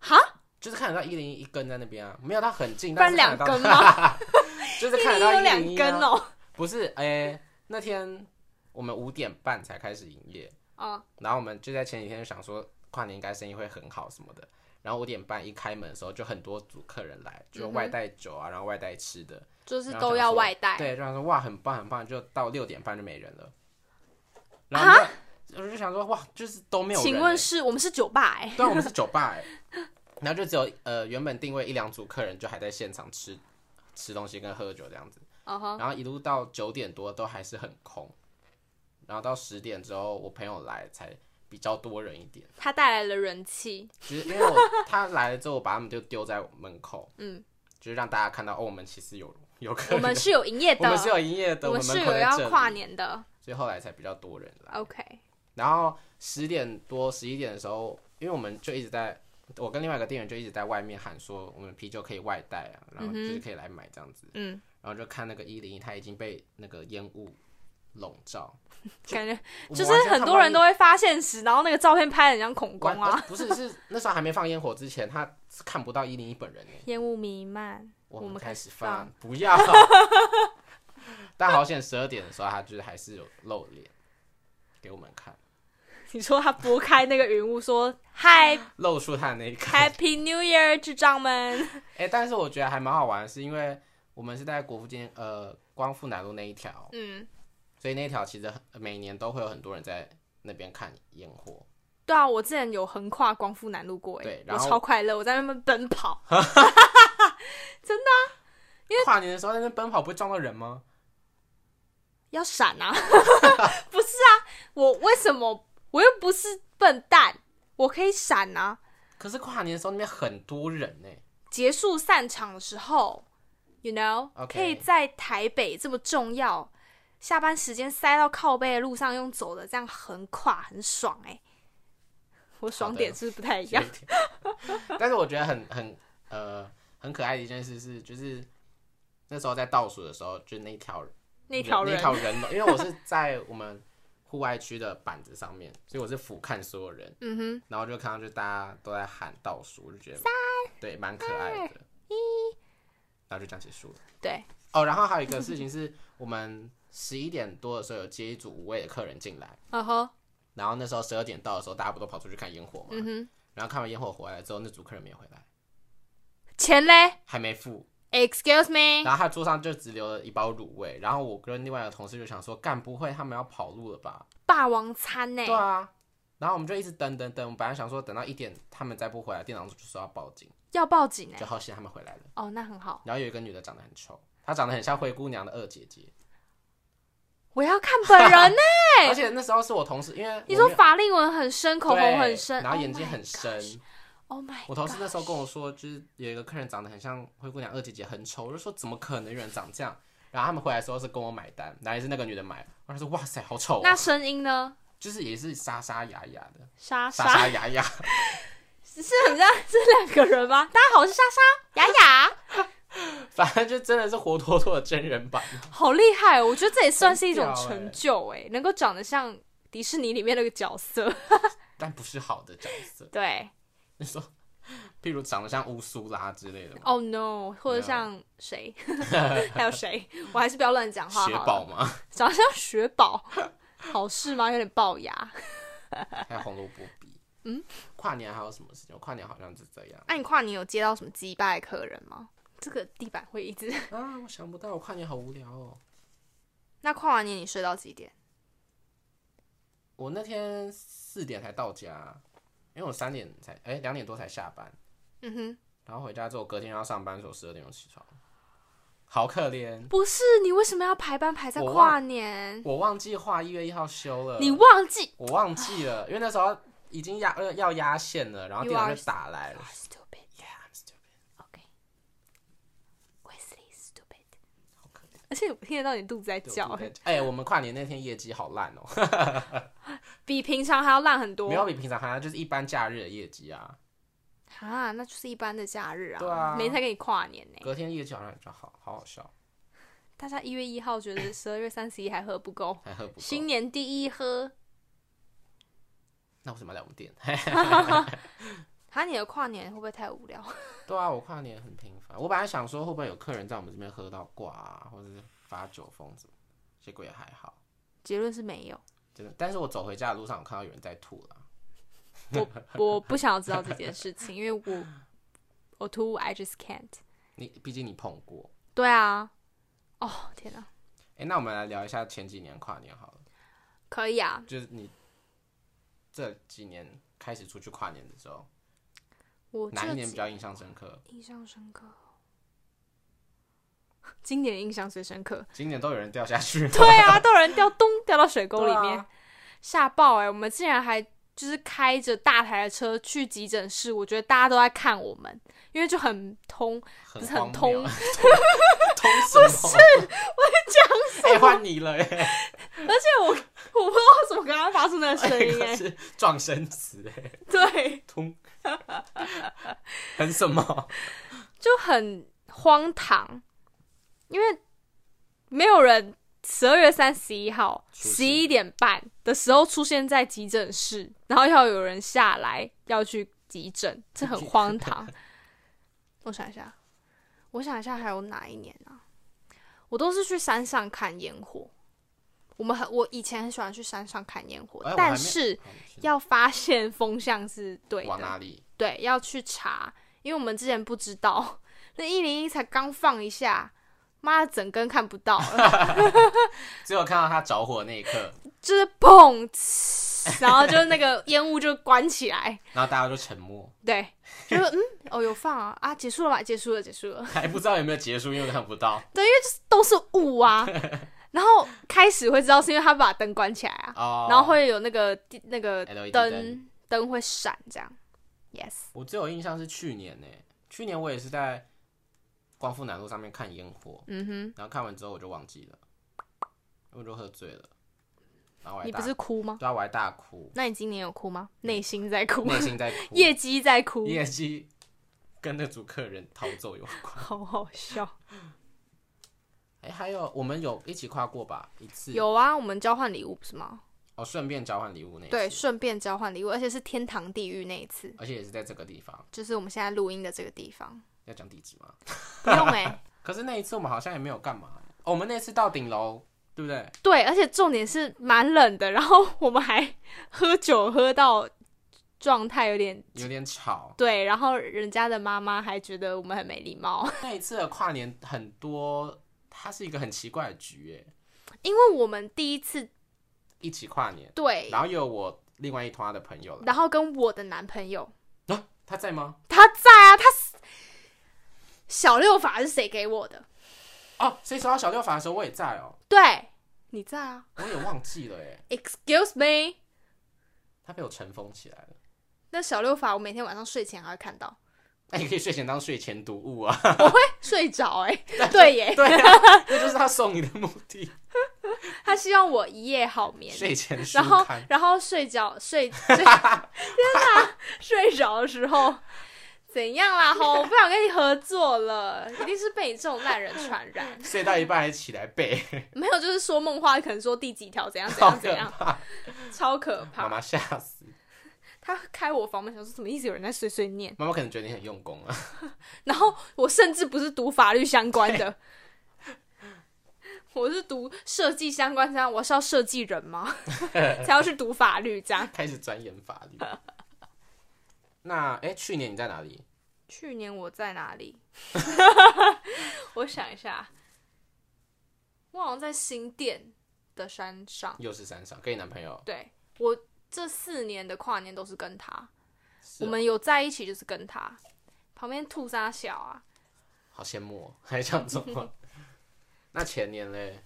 S1: 哈？
S2: 就是看得到一零一一根在那边啊，没有它很近，
S1: 不然
S2: 但是看得到
S1: 两根吗？
S2: (laughs) 就是
S1: 一零
S2: 看得到
S1: 有
S2: 101啊
S1: 两根。哦。
S2: 不是，哎、那天我们五点半才开始营业，
S1: 啊，
S2: 然后我们就在前几天想说跨年应该生意会很好什么的，然后五点半一开门的时候就很多组客人来，就外带酒
S1: 嗯
S2: 啊，然后外带吃的，
S1: 就是
S2: 然后
S1: 都
S2: 想
S1: 要
S2: 说
S1: 外带。
S2: 对，就想说哇，很棒很棒，就到六点半就没人了。然后就我就想说哇，就是都没有人欸、
S1: 请问是我们是酒吧哎、
S2: 对啊，我们是酒吧、欸， (laughs) 然后就只有呃原本定位一两组客人就还在现场吃吃东西跟喝酒这样子，
S1: 嗯哼，
S2: 然后一路到九点多都还是很空，然后到十点之后我朋友来才比较多人一点，
S1: 它带来了人
S2: (laughs)
S1: 气，
S2: 就是因为我他来了之后我把他们就丢在门口，
S1: (laughs) 嗯，
S2: 就是让大家看到哦我们其实有有客人，
S1: 我们是有营业
S2: 我
S1: 的
S2: 们，是有营业的，
S1: 我
S2: 我
S1: 们
S2: 门
S1: 是有
S2: 口在这
S1: 要
S2: 里
S1: 跨年的。
S2: 所以后来才比较多人来。
S1: OK，
S2: 然后十点多、十一点的时候，因为我们就一直在，我跟另外一个店员就一直在外面喊说，我们啤酒可以外带啊，然后就是可以来买这样子。
S1: 嗯，
S2: 然后就看那个一零一，它已经被那个烟雾笼罩，
S1: 感觉
S2: 我
S1: 就
S2: 完
S1: 是
S2: 全
S1: 很
S2: 看
S1: 多
S2: 不到
S1: 人
S2: 一
S1: 都会发现时，然后那个照片拍的很像恐
S2: 完
S1: 攻啊， (laughs)
S2: 呃不是是那时候还没放烟火之前，他是看不到一零一本人呢。
S1: 烟雾弥漫。
S2: 我
S1: 我
S2: 们
S1: 们
S2: 开
S1: 开
S2: 始
S1: 始
S2: 放，
S1: (laughs)
S2: 不要。但好险，十二点的时候，他就是还是有露脸给我们看，
S1: 你说他拨开那个云雾说
S2: (laughs)
S1: 嗨
S2: 露出他的那一刻。
S1: Happy New Year，智障们。
S2: 哎、但是我觉得还蛮好玩，的是因为我们是在国父纪念呃光复南路那一条，
S1: 嗯，
S2: 所以那一条其实很每年都会有很多人在那边看烟火。
S1: 对啊，我之前有横跨光复南路过，哎
S2: 对，
S1: 我
S2: 然后
S1: 超快乐，我在那边奔跑。
S2: (laughs) 跨年的时候在那边奔跑不会撞到人吗？
S1: 要闪啊！ (laughs) 不是啊，我为什么我又不是笨蛋，我可以闪啊！
S2: 可是跨年的时候那边很多人呢、
S1: 结束散场的时候，you know，、
S2: OK
S1: 可以在台北这么重要，下班时间塞到靠背的路上用走的，这样横跨很爽哎、我爽点是不是不太一
S2: 有
S1: 样 (laughs)
S2: 一？点。但是我觉得很很呃很可爱的一件事是，就是那时候在倒数的时候，就那一条
S1: 那条
S2: 那
S1: 人
S2: 条人龙，因为我是在我们户外区的板子上面，所以我是俯瞰所有人，
S1: 嗯哼，
S2: 然后就看到就大家都在喊倒数，我就觉得对蛮可爱的，然后就这样结束了。
S1: 对，
S2: 哦，然后还有一个事情是我们十一点多的时候有接一组五位的客人进来，
S1: 嗯哼，
S2: 然后那时候十二点到的时候，大家不都跑出去看烟火嘛，
S1: 嗯哼，
S2: 然后看完烟火回来之后，那组客人没有回来，
S1: 钱嘞
S2: 还没付，
S1: ？Excuse me，
S2: 然后他桌上就只留了一包卤味，然后我跟另外一个同事就想说，干不会他们要跑路了吧？
S1: 霸王餐呢、欸
S2: 对啊，然后我们就一直等等等，我们本来想说等到一点他们再不回来，店长就说要报警，
S1: 要报警哎、
S2: 就好险他们回来了。
S1: 哦，那很好，
S2: 然后有一个女的长得很丑，她长得很像灰姑娘的二姐
S1: (laughs)
S2: 姐，
S1: 我要看本人
S2: (laughs)
S1: 呢、对
S2: 而且那时候是我同事，因为
S1: 你
S2: 我
S1: 说
S2: 没有
S1: 法令纹很深，口
S2: 对
S1: 红很深，
S2: 然后眼睛很深。
S1: Oh my，, gosh,
S2: 我同事那时候跟我说，就是有一个客人长得很像灰姑娘二姐姐，很丑，我就说怎么可能有人长这样？然后他们回来的时候是跟我买单，然后也是那个女的买，我说哇塞，好丑、
S1: 那
S2: 哦，
S1: 声音呢？
S2: 就是也是沙沙哑哑的，
S1: 莎
S2: 沙
S1: 莎
S2: 沙哑哑， (laughs)
S1: 是很像这两个人吗？大家好，我是莎莎雅
S2: (laughs)
S1: 雅，
S2: 反正就真的是活脱脱的真人版。
S1: 好厉害、哦！我觉得这也算是一种
S2: 很屌欸
S1: 成就哎、能够长得像迪士尼里面那个角色。
S2: (laughs) 但不是好的角色。
S1: 对
S2: (laughs) 你说，譬如长得像乌苏拉之类的吗？
S1: ，Oh no，或者像谁？ (laughs) 还有谁？我还是不要乱讲话
S2: 雪
S1: 哦好
S2: 宝
S1: 了。
S2: 吗？
S1: 长得像雪宝，好事吗？有点龅牙。
S2: (laughs) 还有红萝卜鼻。嗯，跨年还有什么事情？我跨年好像是这样
S1: 那、你跨年有接到什么击败客人吗？这个地板会一直…… (laughs)
S2: 啊，我想不到，我跨年好无聊哦。
S1: 那跨完年你睡到几点？
S2: 我那天四点才到家，因为我三点才哎两、点多才下班，
S1: 嗯哼，
S2: 然后回家之后隔天要上班的时候十二点钟起床，好可怜，
S1: 不是你为什么要排班排在
S2: 我忘呃
S1: 跨年？
S2: 我忘记画一月一号休了，
S1: 你忘记
S2: 我忘记了，因为那时候已经压呃要压线了，然后
S1: You
S2: 店长
S1: are
S2: 就打来了
S1: You are stupid.
S2: ，Yeah，I'm stupid，
S1: Okay. Wesley is stupid.
S2: 好可怜。
S1: 而且我听得到你肚子在
S2: 对
S1: 叫
S2: 我，就在哎、我们跨年那天业绩好烂哦、
S1: 比平常还要烂很多
S2: 没。有比平常还要就是一般假日的业绩啊。
S1: 啊，那就是一般的假日啊，
S2: 对啊
S1: 没才给你跨年呢、
S2: 隔天业绩好像比较好，好好笑，
S1: 大家一月一号觉得十二月三十一还喝不够，
S2: 还喝不够。
S1: 新年第一喝。
S2: 那为什么要来我们店？ (laughs)
S1: 啊，你的跨年会不会太无聊？ (laughs)
S2: 对啊，我跨年很频繁。我本来想说会不会有客人在我们这边喝到挂啊，或者是发酒疯什么的，结果也还好，
S1: 结论是没有，
S2: 真的。但是我走回家的路上，我看到有人在吐了。
S1: 我我不想要知道这件事情，因为我我 too I just can't。
S2: 你毕竟你碰过。
S1: 对啊，哦天哪，
S2: 哎、那我们来聊一下前几年跨年好了，
S1: 可以啊，
S2: 就是你这几年开始出去跨年的时候，
S1: 我
S2: 哪
S1: 这
S2: 一年
S1: 几
S2: 比较印象深刻？
S1: 印象深刻哦，今年印象最深
S2: (laughs)
S1: 刻。
S2: 今年都有
S1: (laughs)
S2: 人掉下去了。
S1: 对啊，都有人掉咚掉到水沟里面，
S2: 对啊
S1: 吓、爆哎、我们竟然还就是开着大台的车去急诊室，我觉得大家都在看我们，因为就很通，
S2: 很
S1: 不是很
S2: 荒谬
S1: 通
S2: 通什么？不是，我在讲什么？哎，换你了，哎，
S1: 而且 (laughs) 我我不知道怎么跟他发出那个声
S2: (laughs)
S1: 音、
S2: 可
S1: 哎，
S2: 是撞生词，哎，
S1: 对，
S2: (laughs) 通，很什么？
S1: 就很荒唐，因为没有人十二月三十一号
S2: 出
S1: 十
S2: 现
S1: 一点半的时候出现在急诊室，然后要有人下来要去急诊，这很荒
S2: (laughs)
S1: 唐。我想一下，我想一下还有哪一年啊？我都是去山上看烟火。我们很，我以前很喜欢去山上看烟火，
S2: 哎我还没
S1: 但是
S2: 好你先
S1: 要发现风向是对
S2: 往
S1: 的，
S2: 哪里？
S1: 对，要去查，因为我们之前不知道，那一零一才刚放一下，妈的整根看不到了 (laughs)
S2: 只有看到它着火那一刻，
S1: 就是砰，呲然后就是那个烟雾就关起来，
S2: 然后大家都沉默，
S1: 对，就是嗯，哦有放啊啊，结束了吧，结束了，结束了，
S2: 还不知道有没有结束，因为看不 (laughs) 到。
S1: 都是雾啊，然后开始会知道是因为他把灯关起来啊，
S2: 哦，
S1: 然后会有那个那个
S2: LED
S1: 灯灯会闪这样，yes，
S2: 我最有印象是去年呢、去年我也是在光复南路上面看烟火，
S1: 嗯哼，
S2: 然后看完之后我就忘记了，我就喝醉了，然后我还
S1: 你
S2: 大
S1: 不是哭吗？
S2: 对啊，我还大哭，
S1: 那你今年有哭吗？内心在哭，
S2: 内心在哭，
S1: 业绩在哭，
S2: 业绩 E 跟那组客人逃走有关。
S1: 好好笑。
S2: 哎、还有我们有一起跨过吧一次，
S1: 有啊，我们交换礼物不是吗？
S2: 哦，顺便交换礼物那一次，
S1: 对，，顺便交换礼物，而且是天堂地狱那一次，
S2: 而且也是在这个地方，
S1: 就是我们现在录音的这个地
S2: (laughs)
S1: 方。
S2: 要讲地址吗？
S1: 不用哎、
S2: 可是那一次我们好像也没有干嘛、哦我们那次到顶楼，对不对？
S1: 对，而且重点是蛮冷的，然后我们还喝酒喝到状态有点
S2: 有点吵。
S1: 对，然后人家的妈妈还觉得我们很没礼貌， (laughs)
S2: 那一次的跨年很多，它是一个很奇怪的局耶，
S1: 因为我们第一次
S2: 一起跨年，
S1: 对，
S2: 然后又有我另外一团的朋友了，
S1: 然后跟我的男朋友，
S2: 啊，他在吗？
S1: 他在啊，他是小六法是谁给我的？
S2: 哦，所以说到小六法的时候我也在哦，
S1: 对，你在啊
S2: 我也忘记了耶，
S1: ？Excuse me。
S2: 他被我尘封起来了。
S1: 那小六法，我每天晚上睡前还会看到，
S2: 那你可以睡前当睡前读物啊，
S1: 睡着哎、对耶，
S2: (laughs) 对
S1: (laughs)
S2: 啊，这就是他送你的目的，
S1: 他希望我一夜好眠，
S2: 睡前书
S1: 然后
S2: 刊。
S1: 然后睡觉
S2: (laughs)
S1: 睡睡，天哪，睡着的时候怎样啦？吼，我不想跟你合作了，一定是被你这种烂人传染。
S2: 睡到一半还起来背，
S1: (laughs) 没有，就是说梦话，可能说第几条怎样怎
S2: 好
S1: 样
S2: 可
S1: 怎样，
S2: 怕！
S1: 超可
S2: 妈
S1: 怕。
S2: 妈吓死，
S1: 他开我房门，想说什么意思？有人在碎碎念。
S2: 妈妈可能觉得你很用功啊。 (laughs)
S1: 然后我甚至不是读法律相关的，我是读设计相关，这样我是要设计人
S2: (laughs)
S1: 吗？才要去读法律这样。
S2: 开始钻研法
S1: (laughs)
S2: 律。那哎、去年你在哪里？
S1: 去年我在哪里？ (laughs) 我想一下，我好像在新店的山上。
S2: 又是山上，跟你男朋友？
S1: 对我这四年的跨年都是跟他，
S2: 是
S1: 我
S2: 哦
S1: 们有在一起就是跟他。旁边吐沙小啊，
S2: 好羡慕、哦，还想中
S1: (laughs)
S2: 文。那前年嘞？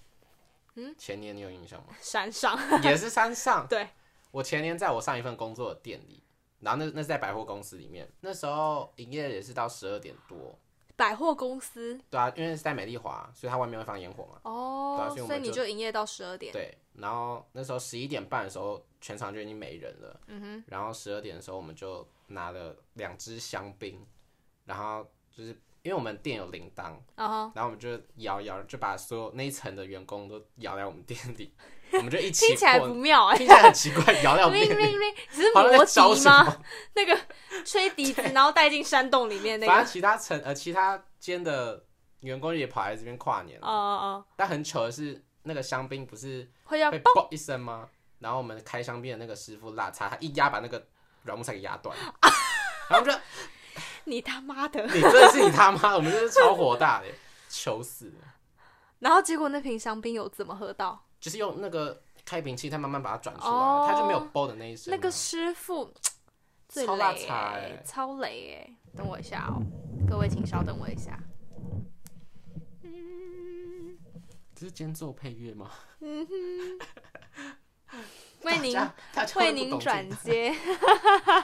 S2: 嗯，前年你有印象吗？
S1: 山上
S2: 也是山上。
S1: (laughs) 对，
S2: 我前年在我上一份工作的店里，然后那那是在百货公司里面，那时候营业也是到十二点多。
S1: 百货公司
S2: 对啊，因为是在美丽华，所以它外面会放烟火嘛。对
S1: 哦
S2: 啊所以，我
S1: 所以
S2: 们
S1: 你
S2: 就
S1: 就营业到十二点。
S2: 对，然后那时候十一点半的时候，全场就已经没人了。嗯哼。然后十二点的时候，我们就拿了两支香槟，然后就是因为我们店有铃铛，
S1: 然后
S2: 然后我们就摇摇，就把所有那一层的员工都摇来我们店里， (laughs) 我们就一起
S1: 听起来
S2: 过
S1: 不妙
S2: (laughs)
S1: 哎、
S2: 听起来很奇怪，摇来我们
S1: 铃
S2: 店里，
S1: 铃铃，只是
S2: 好像在
S1: 魔
S2: 招
S1: 笛
S2: 什么
S1: 吗？？ (laughs) 那个吹笛子，然后带进山洞里面那
S2: 反
S1: 个，
S2: 正其他层呃其他间的员工也跑来这边跨年
S1: 哦，哦
S2: 但很糗的是，那个香槟不是
S1: 哦，会要
S2: 会爆一声吗？然后我们开香槟的那个师傅辣叉，他一压把那个软木塞给压断，然后我们就
S1: 你他妈的！
S2: 你真的是你他妈，我们真的是超火大的，糗死了，
S1: 然后结果那瓶香槟有怎么喝到？
S2: 就是用那个开瓶器，它慢慢把它转出来，
S1: 哦
S2: 它就没有爆的那一声啊。
S1: 那个师傅最
S2: 超
S1: 雷、
S2: 大叉
S1: 欸
S2: 欸，
S1: 超雷哎、等我一下哦，各位请稍等我一下。
S2: 这是间奏配乐吗？
S1: 为您
S2: 大家大家
S1: 为
S2: 会不
S1: 您
S2: 懂
S1: 转
S2: 这个
S1: 接。 (laughs)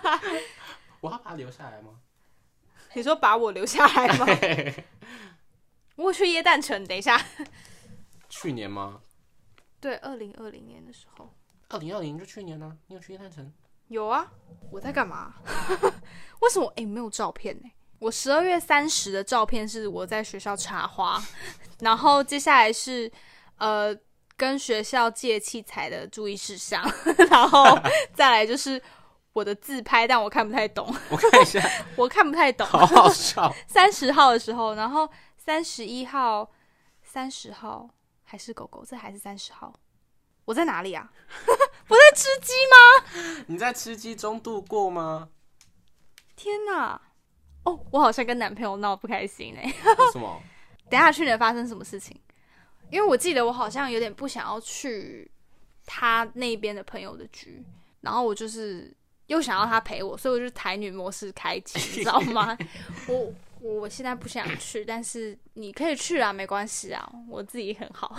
S2: 我要把它留下来吗？
S1: 你说把我留下来
S2: (laughs)
S1: 吗？我去耶诞城，等一下。
S2: 去年吗？
S1: 对，二零二零年的时候
S2: 二零二零就去年呢、你有去夜探城？
S1: 有啊。我在干嘛？ (laughs) 为什么？哎、没有照片呢、我十二月三十的照片是我在学校插花， (laughs) 然后接下来是呃跟学校借器材的注意事项， (laughs) 然后再来就是我的自拍，但我看不太懂， (laughs)
S2: 我看一下，
S1: 我看不太懂。
S2: 好好笑。
S1: 三十号的时候，然后三十一号、三十号还是狗狗，这还是三十号。我在哪里啊？我在吃鸡吗？
S2: 你在吃鸡中度过吗？
S1: 天哪！哦，我好像跟男朋友闹不开心哎。
S2: 为什么？
S1: 等一下去年发生什么事情？因为我记得我好像有点不想要去他那边的朋友的局，然后我就是又想要他陪我，所以我就是台女模式开启，
S2: (laughs)
S1: 你知道吗？我我现在不想去，但是你可以去啊，没关系啊，我自己很好。 (laughs)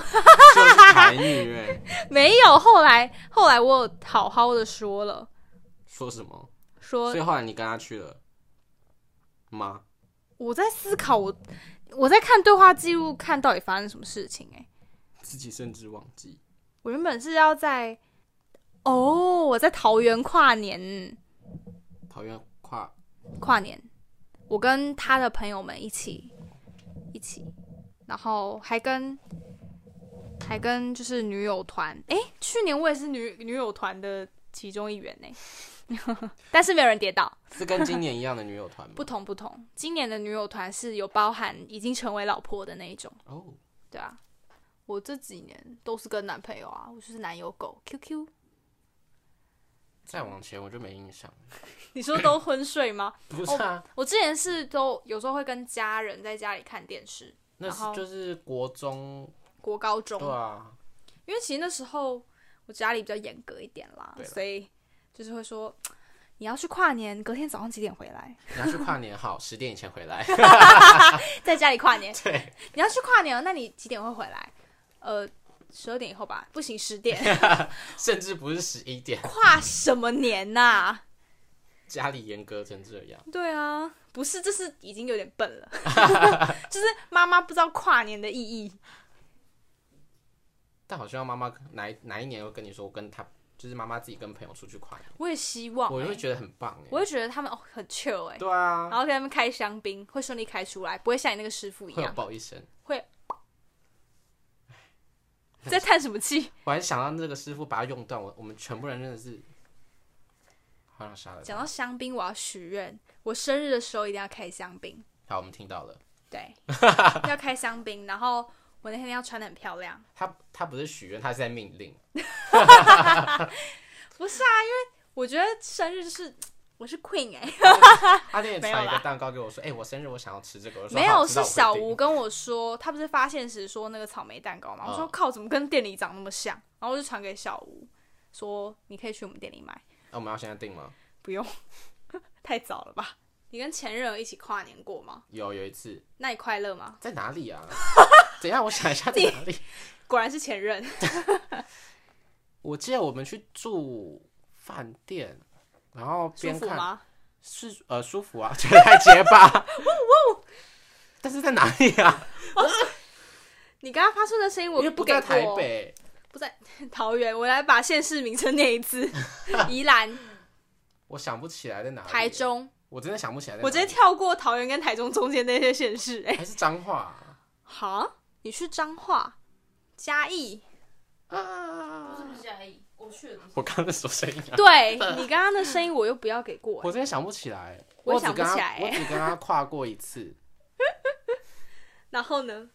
S2: 就是台女哎、
S1: 没有，后来后来我有好好的说了，
S2: 说什么？
S1: 说
S2: 所以后来你跟他去了吗？
S1: 我在思考我，我在看对话记录，看到底发生什么事情、欸。
S2: 自己甚至忘记。
S1: 我原本是要在哦，我在桃园跨年，
S2: 桃园跨
S1: 跨年，我跟他的朋友们一起一起，然后还跟还跟就是女友团，诶，去年我也是女女友团的其中一员呢、 (laughs) 但是没有人跌倒。
S2: 是跟今年一样的女友团吗
S1: 不？同不同，今年的女友团是有包含已经成为老婆的那一种，
S2: 哦，
S1: 对啊。我这几年都是跟男朋友啊，我就是男友狗 QQ。
S2: 再往前我就没印象。
S1: 你说都昏睡吗？
S2: 不是啊，
S1: 我之前是都有时候会跟家人在家里看电视，
S2: 那
S1: 然后
S2: 是就是国中，
S1: 国高中，
S2: 对啊，
S1: 因为其实那时候我家里比较严格一点啦，
S2: 对啦
S1: 所以就是会说你要去跨年，隔天早上几点回来， (laughs)
S2: 你要去跨年好，十点以前回来。 (laughs)
S1: 在家里跨年。
S2: 对，
S1: 你要去跨年哦，那你几点会回来？呃，十二点以后吧，不行，十点。 (laughs)
S2: 甚至不是十一点，
S1: 跨什么年呐、
S2: 家里严格成这样。
S1: 对啊，不是，这是已经有点笨了， (laughs) 就是妈妈不知道跨年的意义。
S2: 但好像妈妈哪一哪一年会跟你说，我跟她就是妈妈自己跟朋友出去跨年，
S1: 我也希望、
S2: 我就会
S1: 欸，
S2: 觉得很棒
S1: 我
S2: 哎。
S1: 会觉得他们哦很 chill 哎、
S2: 对啊
S1: 然，后给他们开香槟，会顺利开出来，不会像你那个师傅一
S2: 会有
S1: 样
S2: 爆一声。
S1: 会。在叹什么
S2: (laughs)
S1: 气？
S2: 我还想到那个师傅把它用断，我我们全部人真的是，好想杀了他。
S1: 讲到香槟，我要许愿，我生日的时候一定要开香槟。
S2: 好，我们听到了。 (laughs)
S1: 对，要开香槟，然后我那天要穿的很漂亮。
S2: 他他不是许愿，他是在命令。
S1: 不是啊，因为我觉得生日就是我是
S2: (laughs)
S1: queen 哎、
S2: 他那
S1: (laughs)
S2: 天
S1: 没有啦
S2: 传一个蛋糕给我说：“哎、我生日，我想要吃这个。”我说：“
S1: 没
S2: 好
S1: 有，
S2: 知
S1: 是
S2: 道我会
S1: 小
S2: 订
S1: 吴跟我说，他不是发现时说那个草莓蛋糕嘛？我
S2: 嗯
S1: 说靠，怎么跟店里长那么像？然后我就传给小吴说，你可以去我们店里买，
S2: 那、我们要现在订吗？
S1: 不用，太早了吧？你跟前任有一起跨年过吗？
S2: 有有一次
S1: 那你快乐吗？
S2: 在哪里
S1: (laughs)
S2: 啊？等一下，我想一下在哪里。
S1: 果然是前任，
S2: 我记得我们去住饭店，然后
S1: 舒
S2: 边
S1: 服
S2: 看
S1: 吗？
S2: 是呃舒服啊，觉得太结
S1: (laughs)
S2: 巴。但是在哪里啊？
S1: 你刚刚发出的声音我
S2: 因为
S1: 不
S2: 不
S1: 给
S2: 在
S1: 过
S2: 台
S1: 哦，
S2: 北，
S1: 不在桃园，我来把县市名称念一
S2: (laughs)
S1: 次：宜兰、
S2: 我想不起来在哪里。
S1: 台，中。
S2: 我真的想不起来在哪
S1: 我
S2: 里。
S1: 直接跳过桃园跟台中中间那些县市、哎，
S2: 还是脏话啊
S1: 哈，你去彰化、嘉义。
S2: 啊！
S3: 是不是嘉义？我去了，
S2: (laughs) 我刚刚在说声音啊？ (laughs)
S1: 对你刚刚的声音，我又不要给过、
S2: 我真的想不起来，
S1: 我也
S2: 只
S1: 想不
S2: 跟他
S1: 起来
S2: 我只跟他跨过一次。
S1: 然后呢？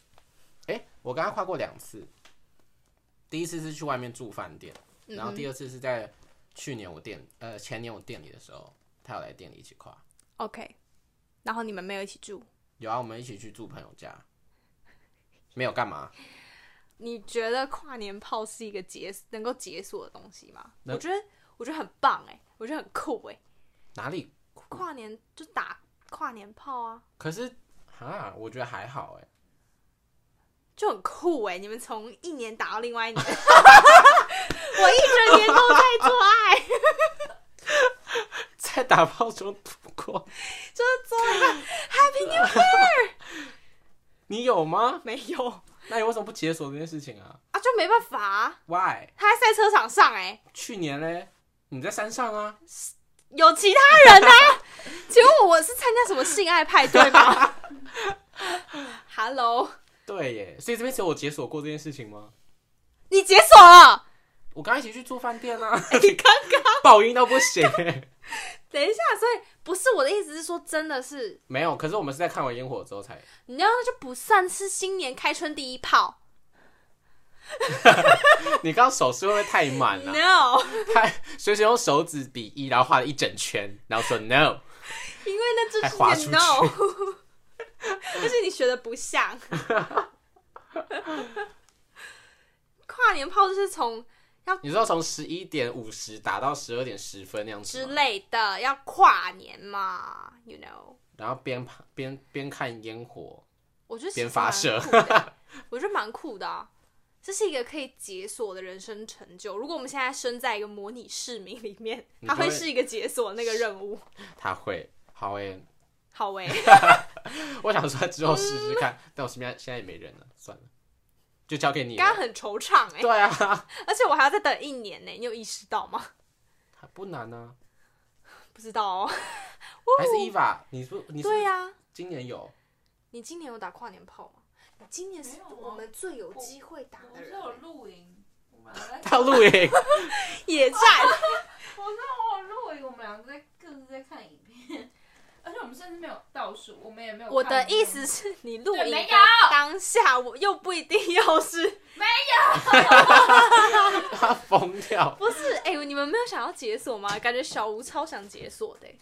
S2: 哎、我跟他跨过两次，第一次是去外面住饭店，
S1: 嗯
S2: 然后第二次是在去年我店呃前年我店里的时候，他有来店里一起跨。
S1: OK，然后你们没有一起住，
S2: 有啊，我们一起去住朋友家，没有干嘛？
S1: 你觉得跨年炮是一个解能够解锁的东西吗？
S2: 那
S1: 我觉得我觉得很棒哎、我觉得很酷哎、
S2: 哪里？
S1: 跨年就打跨年炮啊，
S2: 可是啊，我觉得还好哎、
S1: 欸 (laughs) 就很酷哎、你们从一年打到另外一年，我一整年都在做爱，
S2: (laughs)
S1: (laughs)
S2: 在打炮中度过。
S1: 就是做一个 Happy New Year。
S2: 你有吗？
S1: 没有啊，
S2: 那你为什么不解锁这件事情啊
S1: 就没办法、啊，
S2: ？Why？
S1: 他在赛车场上哎、
S2: 去年嘞，你在山上啊？
S1: 有其他人啊？ (laughs) 请问我是参加什么性爱派对 (laughs) 吗？Hello，
S2: 对耶，所以这边只有我解锁过这件事情吗？
S1: 你解锁了？
S2: 我刚一起去住饭店
S1: (laughs)
S2: 啊，
S1: 哎你刚
S2: (laughs)
S1: 刚
S2: 爆音到不行 (laughs) 耶。
S1: 等一下，所以不是我的意思是说，真的是
S2: 没有，可是我们是在看完烟火之后才。
S1: 你那样就不算是新年开春第一炮。
S2: 你刚刚手势会不会太啊满
S1: (laughs)
S2: 了、
S1: No，
S2: 太随时用手指比一，然后画了一整圈，然后说 no。
S1: 因为那就
S2: 还滑
S1: 是
S2: 出
S1: 你
S2: 去
S1: 的 (laughs) No，就是你学的不像。 (laughs) 跨年炮就是从
S2: 你说从十一点五十打到十二点十分那样子
S1: 之
S2: 吗，
S1: 类的要跨年嘛，you know。
S2: 然后边爬边边看烟火，
S1: 我觉得其
S2: 边
S1: 实
S2: 发
S1: 蛮
S2: 射
S1: (laughs) 酷的，我觉得蛮酷的、啊。这是一个可以解锁的人生成就。如果我们现在身在一个模拟市民里面，
S2: 你
S1: 它
S2: 就会
S1: 会是一个解锁那个任务。
S2: 他会 (laughs) 好诶、
S1: 好诶、
S2: 我想说之后试试看，但我身边现在也没人了，算了，就交给你
S1: (laughs) 刚刚
S2: 了。
S1: 很惆怅诶、
S2: 对啊，
S1: 而且我还要再等一年欸呢、你有意识到吗？
S2: 不难啊，
S1: 不知道哦。
S2: 还是 EVA，你不你是不
S1: 对啊
S2: 是
S1: 呀、
S2: 今年有
S1: 你今年有打跨年炮吗？你今年是
S3: 没有啊
S1: 我们最有机会打
S3: 我
S1: 的
S3: 们是
S1: 人、欸
S3: 有露营，我们两个在，
S2: 到露营，
S1: 野战。
S3: 我知道我有露营，我们两个在各自在看影
S1: (laughs)
S3: 片，而且我们甚至没有倒数，我们也没有看。
S1: 我的意思是你录
S3: 对
S1: 影
S3: 没
S1: 的
S3: 有
S1: 当下，我又不一定要是
S2: 他疯掉。
S1: (laughs) 不是，哎、你们没有想要解锁吗？感觉小吴超想解锁的、欸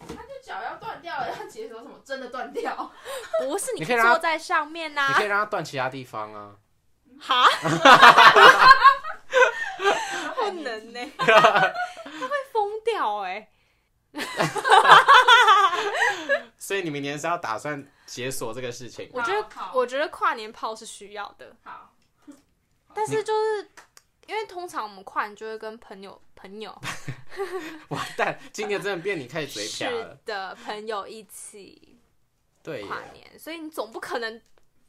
S3: 他就脚要断掉了，要解锁什么？真的断
S1: (laughs)
S3: 掉？
S1: 不是，
S2: 你
S1: 你
S2: 可以让他
S1: 坐在上面呐、
S2: 你可以让他断其他地方啊，
S1: 哈，不
S3: 不
S1: 能
S2: (laughs)
S1: 呢、他会疯掉哎、
S2: 所以你明年是要打算解锁这个事情
S1: 我
S2: 吗？ (laughs)
S1: 觉得
S3: 好，
S1: 我觉得跨年炮是需要的，
S3: 好，
S1: 但是就是因为通常我们跨年就会跟朋友朋友
S2: 完蛋，今年真的变你开始嘴瓢
S1: 是
S2: 了。
S1: 的朋友一起
S2: 对耶，
S1: 跨年，所以你总不可能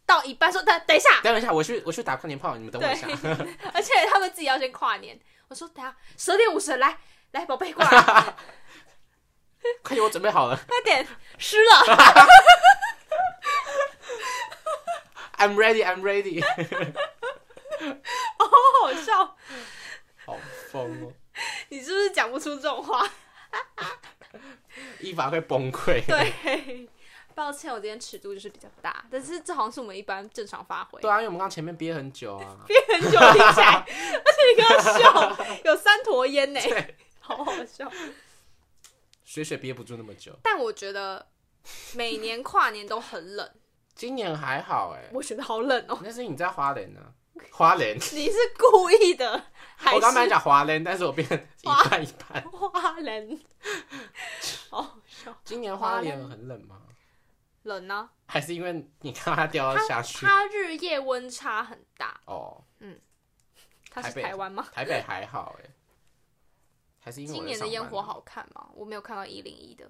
S1: 到一半说等等一下，
S2: 等一下，我去我去打跨年炮，你们等我一下。
S1: (laughs) 而且他们自己要先跨年。我说等一下十点五十来来宝贝过
S2: (laughs)
S1: 来，
S2: (laughs) 快点，我准备好了
S1: 快点湿了。
S2: ，I'm ready，I'm ready， (laughs)
S1: 好好笑。
S2: 好疯哦，
S1: 你是不是讲不出这种话？
S2: (laughs) 伊法会崩溃。
S1: 对，抱歉，我今天尺度就是比较大，但是这好像是我们一般正常发挥。
S2: 对啊，因为我们刚前面憋很久啊，
S1: 很久听起来，而且你刚刚笑，有三坨烟呢，
S2: 对，
S1: 好好笑。
S2: 雪雪憋不住那么久。
S1: 但我觉得每年跨年都很冷，
S2: 今年还好哎，
S1: 我觉得好冷哦。
S2: 那是你在花莲呢，花莲。
S1: 你是故意的还
S2: 我
S1: 是
S2: 刚本来讲华莲，但是我变一
S1: 花
S2: 半一
S1: (laughs)
S2: 半。
S1: 花
S2: (laughs)
S1: 人？好
S2: 哦
S1: 好笑，
S2: 今年
S1: 花
S2: 花
S1: 莲
S2: 莲很冷吗？
S1: 冷呢、
S2: 还是因为你看到它掉到下
S1: 它
S2: 去？
S1: 它日夜温差很大，
S2: 哦，
S1: 它是
S2: 台北啊
S1: 台湾吗？
S2: 台北还好哎，还是因为我
S1: 今
S2: 在
S1: 年的
S2: 上
S1: 烟
S2: 班
S1: 火
S2: 啊
S1: 好看吗？我没有看到一零一的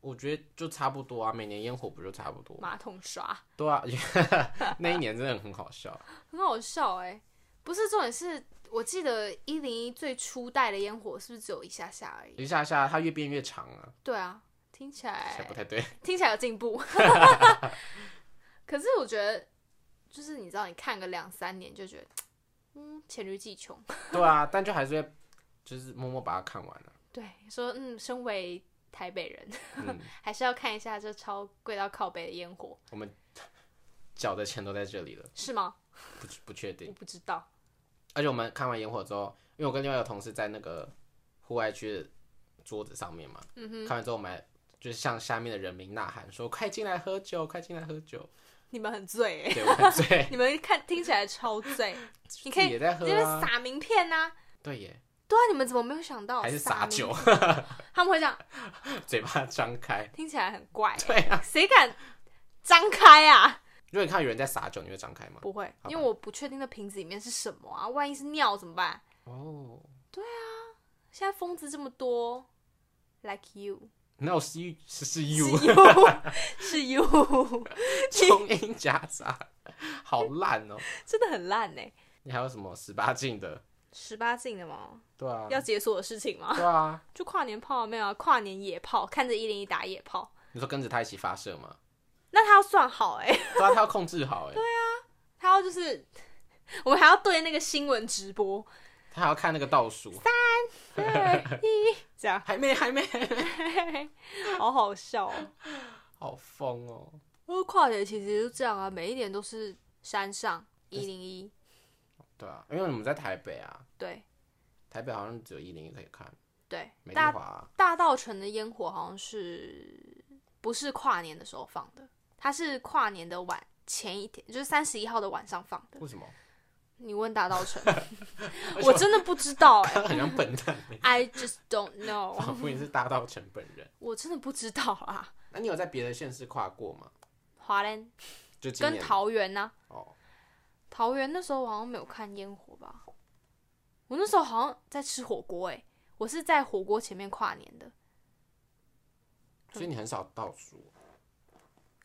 S2: 我觉得就差不多啊，每年烟火不就差不多？
S1: 马桶刷，
S2: 对啊， (laughs) 那一年真的很好笑。
S1: 很好笑哎、不是重点是，我记得一零一最初代的烟火是不是只有一下下而已？
S2: 一下下它越变越长啊，
S1: 对啊，听起
S2: 才
S1: 来
S2: 不太对。
S1: 听起来有进步。可是我觉得，就是你知道，你看个两三年就觉得，嗯，黔驴技穷。
S2: 对啊，但就还是会就是默默把它看完了、啊
S1: 对，说嗯，身为台北人， (laughs)
S2: 嗯，
S1: 还是要看一下这超贵到靠北的烟火，
S2: 缴的钱都在这里了，
S1: 是吗？
S2: 不不确定
S1: 我。不知道。
S2: 而且我们看完烟火之后，因为我跟另外一个同事在那个户外区的桌子上面嘛，
S1: 嗯
S2: 看完之后我们还就是向下面的人民呐喊说：“快进来喝酒，快进来喝
S1: (laughs)
S2: 酒
S1: 你们很醉、！”欸，
S2: 对，我们醉，
S1: 你们看听起来超 (laughs) 醉， (laughs) 你可以
S2: 也在喝
S1: 因为
S2: 啊，
S1: 撒名片呐、
S2: 对耶，
S1: 对啊，你们怎么没有想到？
S2: 还是撒酒，，
S1: (laughs) 他们会这样，
S2: 嘴巴张开，
S1: 听起来很怪，
S2: 对啊，
S1: 谁敢张开啊？
S2: 如果你看到有人在撒酒，你会张开吗？
S1: 不会，
S2: 好吧
S1: 因为我不确定那瓶子里面是什么啊，万一是尿怎么办？
S2: 哦、
S1: 现在疯子这么多，like you，
S2: 那 n o 是 you 是是
S1: 是
S2: you，
S1: you，是 (laughs) you，
S2: 中英夹杂，好烂哦、
S1: 真的很烂呢、欸
S2: 你还有什么十八禁的？
S1: 十八禁的吗？
S2: 对啊，
S1: 要解锁的事情吗？
S2: 对啊，
S1: 就跨年炮啊没有啊？跨年野炮，看着一零一打野炮，
S2: 你说跟着他一起发射吗？
S1: 那他要算好哎、
S2: 对啊，他要控制
S1: (laughs)
S2: 好哎、
S1: 他要就是我们还要对那个新闻直播，
S2: 他还要看那个倒数，
S1: 二一，这样，
S2: 还没还没，
S1: 好好笑哦。
S2: 好疯哦、
S1: 因为跨年其实就这样啊，每一年都是山上一零一，
S2: 对啊，因为我们在台北啊，
S1: 对
S2: 台北好像只有一零一可以看，
S1: 对，
S2: 美丽
S1: 大
S2: 华、
S1: 大道城的烟火好像是不是跨年的时候放的？它是跨年的晚前一天，就是三十一号的晚上放的。
S2: 为什么？
S1: 你问大道城，我真的不知道哎、
S2: (laughs) 很像笨
S1: (laughs)
S2: 蛋欸，
S1: I just don't know，
S2: 仿佛你是大道城本人。
S1: 我真的不知道啊。
S2: 那你有在别的县市跨过吗？
S1: 华人
S2: 就今
S1: 跟
S2: 年
S1: 桃园呢、
S2: 哦，
S1: 桃园那时候我好像没有看烟火吧？我那时候好像在吃火锅哎、我是在火锅前面跨年的。
S2: 所以你很少倒数。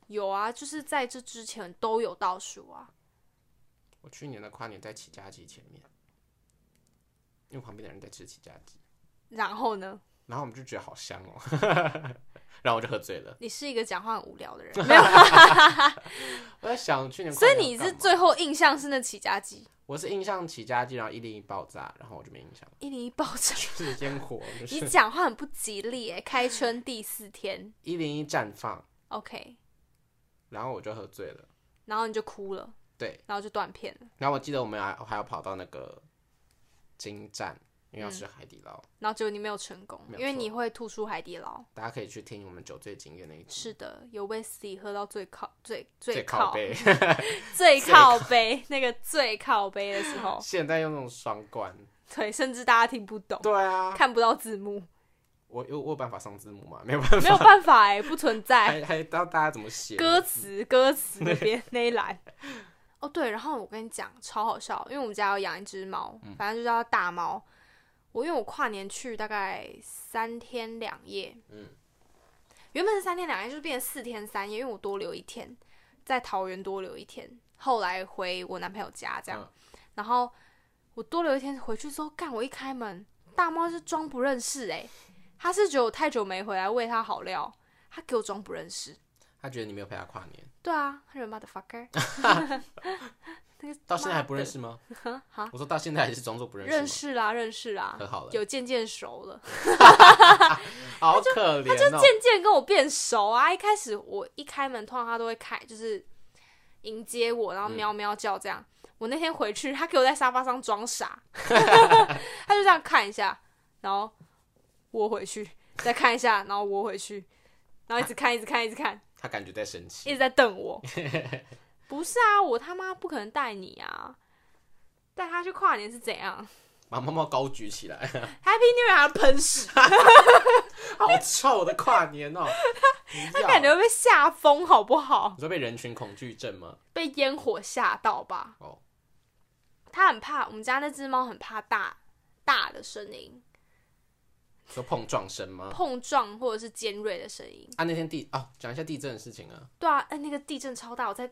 S1: 有啊，就是在这之前都有倒数啊。
S2: 我去年的跨年在起家鸡前面，因为旁边的人在吃起家鸡，
S1: 然后呢，
S2: 然后我们就觉得好香哦， (laughs) 然后我就喝醉了。
S1: 你是一个讲话很无聊的人，没有
S2: 我在想去年跨
S1: 所
S2: 年
S1: 以你
S2: 要干
S1: 是
S2: 嘛
S1: 最后印象是那起家鸡
S2: 我是印象起家鸡，然后一零一爆炸，然后我就没印象了，
S1: 一零一爆
S2: (laughs)
S1: 炸，
S2: 就是烟火，就
S1: 你
S2: 是
S1: 讲话很不吉利哎！开春第四天
S2: 一零一绽放，
S1: ，OK，
S2: 然后我就喝醉了。
S1: 然后你就哭了，
S2: 对，
S1: 然后就断片了，
S2: 然后我记得我们还还要跑到那个金站，因为要吃海底捞，
S1: 然后结果你没有成功，
S2: 没有
S1: 因为
S2: 错
S1: 你会吐出海底捞。
S2: 大家可以去听我们酒醉经验那一集，
S1: 是的，有威士忌喝到最靠最
S2: 最
S1: 最
S2: 靠
S1: 靠
S2: 背。，
S1: 最靠背那个最靠背的时候 (laughs)
S2: 现在用那种双关，
S1: 对，甚至大家听不懂，
S2: 对啊，
S1: 看不到字 (laughs) 幕，
S2: 我有我有办法上字幕吗？没有办法，
S1: 没有办法哎，不存在。
S2: 还还教大家怎么写
S1: 歌词歌词那边那一栏。哦，对，然后我跟你讲，超好笑，因为我们家有养一只猫，反正就叫它大猫。我因为我跨年去大概三天两夜，嗯，原本是三天两夜，就变成四天三夜，因为我多留一天，在桃园多留一天，后来回我男朋友家这样，然后我多留一天回去之后，干我一开门，大猫是装不认识诶、它是觉得我太久没回来喂它好料，它给我装不认识，
S2: 他觉得你没有陪他跨年，
S1: 对啊，他人 motherfucker，那个
S2: 到现在还
S1: 妈
S2: 不认
S1: 的
S2: 识吗？
S1: 哈，
S2: 我说到现在还是装作不认识吗，
S1: 嗯认识啦，认识啦，
S2: 和好
S1: (laughs)
S2: 了
S1: 有渐渐熟了，
S2: 好可怜哦。
S1: 渐渐跟我变熟啊。一开始我一开门，通常他都会开，就是迎接我，
S2: 嗯
S1: 然后喵喵叫这样。我那天回去，他给我在沙发上装
S2: (laughs)
S1: 傻，他就这样看一下，然后窝回去，再看一下，然后窝回去，然后一直看，一直看，一直看，
S2: 他感觉在生
S1: 一
S2: 气，
S1: 直在瞪
S2: (laughs)
S1: 我。不是啊，我他妈不可能带你啊！带他去跨年是怎样
S2: 把猫猫高举起
S1: (laughs)
S2: 来，
S1: ？Happy New Year 还要喷屎，
S2: 好臭的跨年哦！
S1: (laughs)
S2: 不
S1: 他
S2: 要
S1: 感觉会被吓疯，好不好？
S2: 你说被人群恐惧症吗？
S1: 被烟火吓到吧？
S2: 哦，
S1: 他很怕，我们家那只猫很怕大大的声音、
S2: 说碰撞声吗？
S1: 碰撞或者是尖锐的声音。
S2: 啊，那天地哦，讲一下地震的事情啊。
S1: 对啊，哎、那个地震超大，我在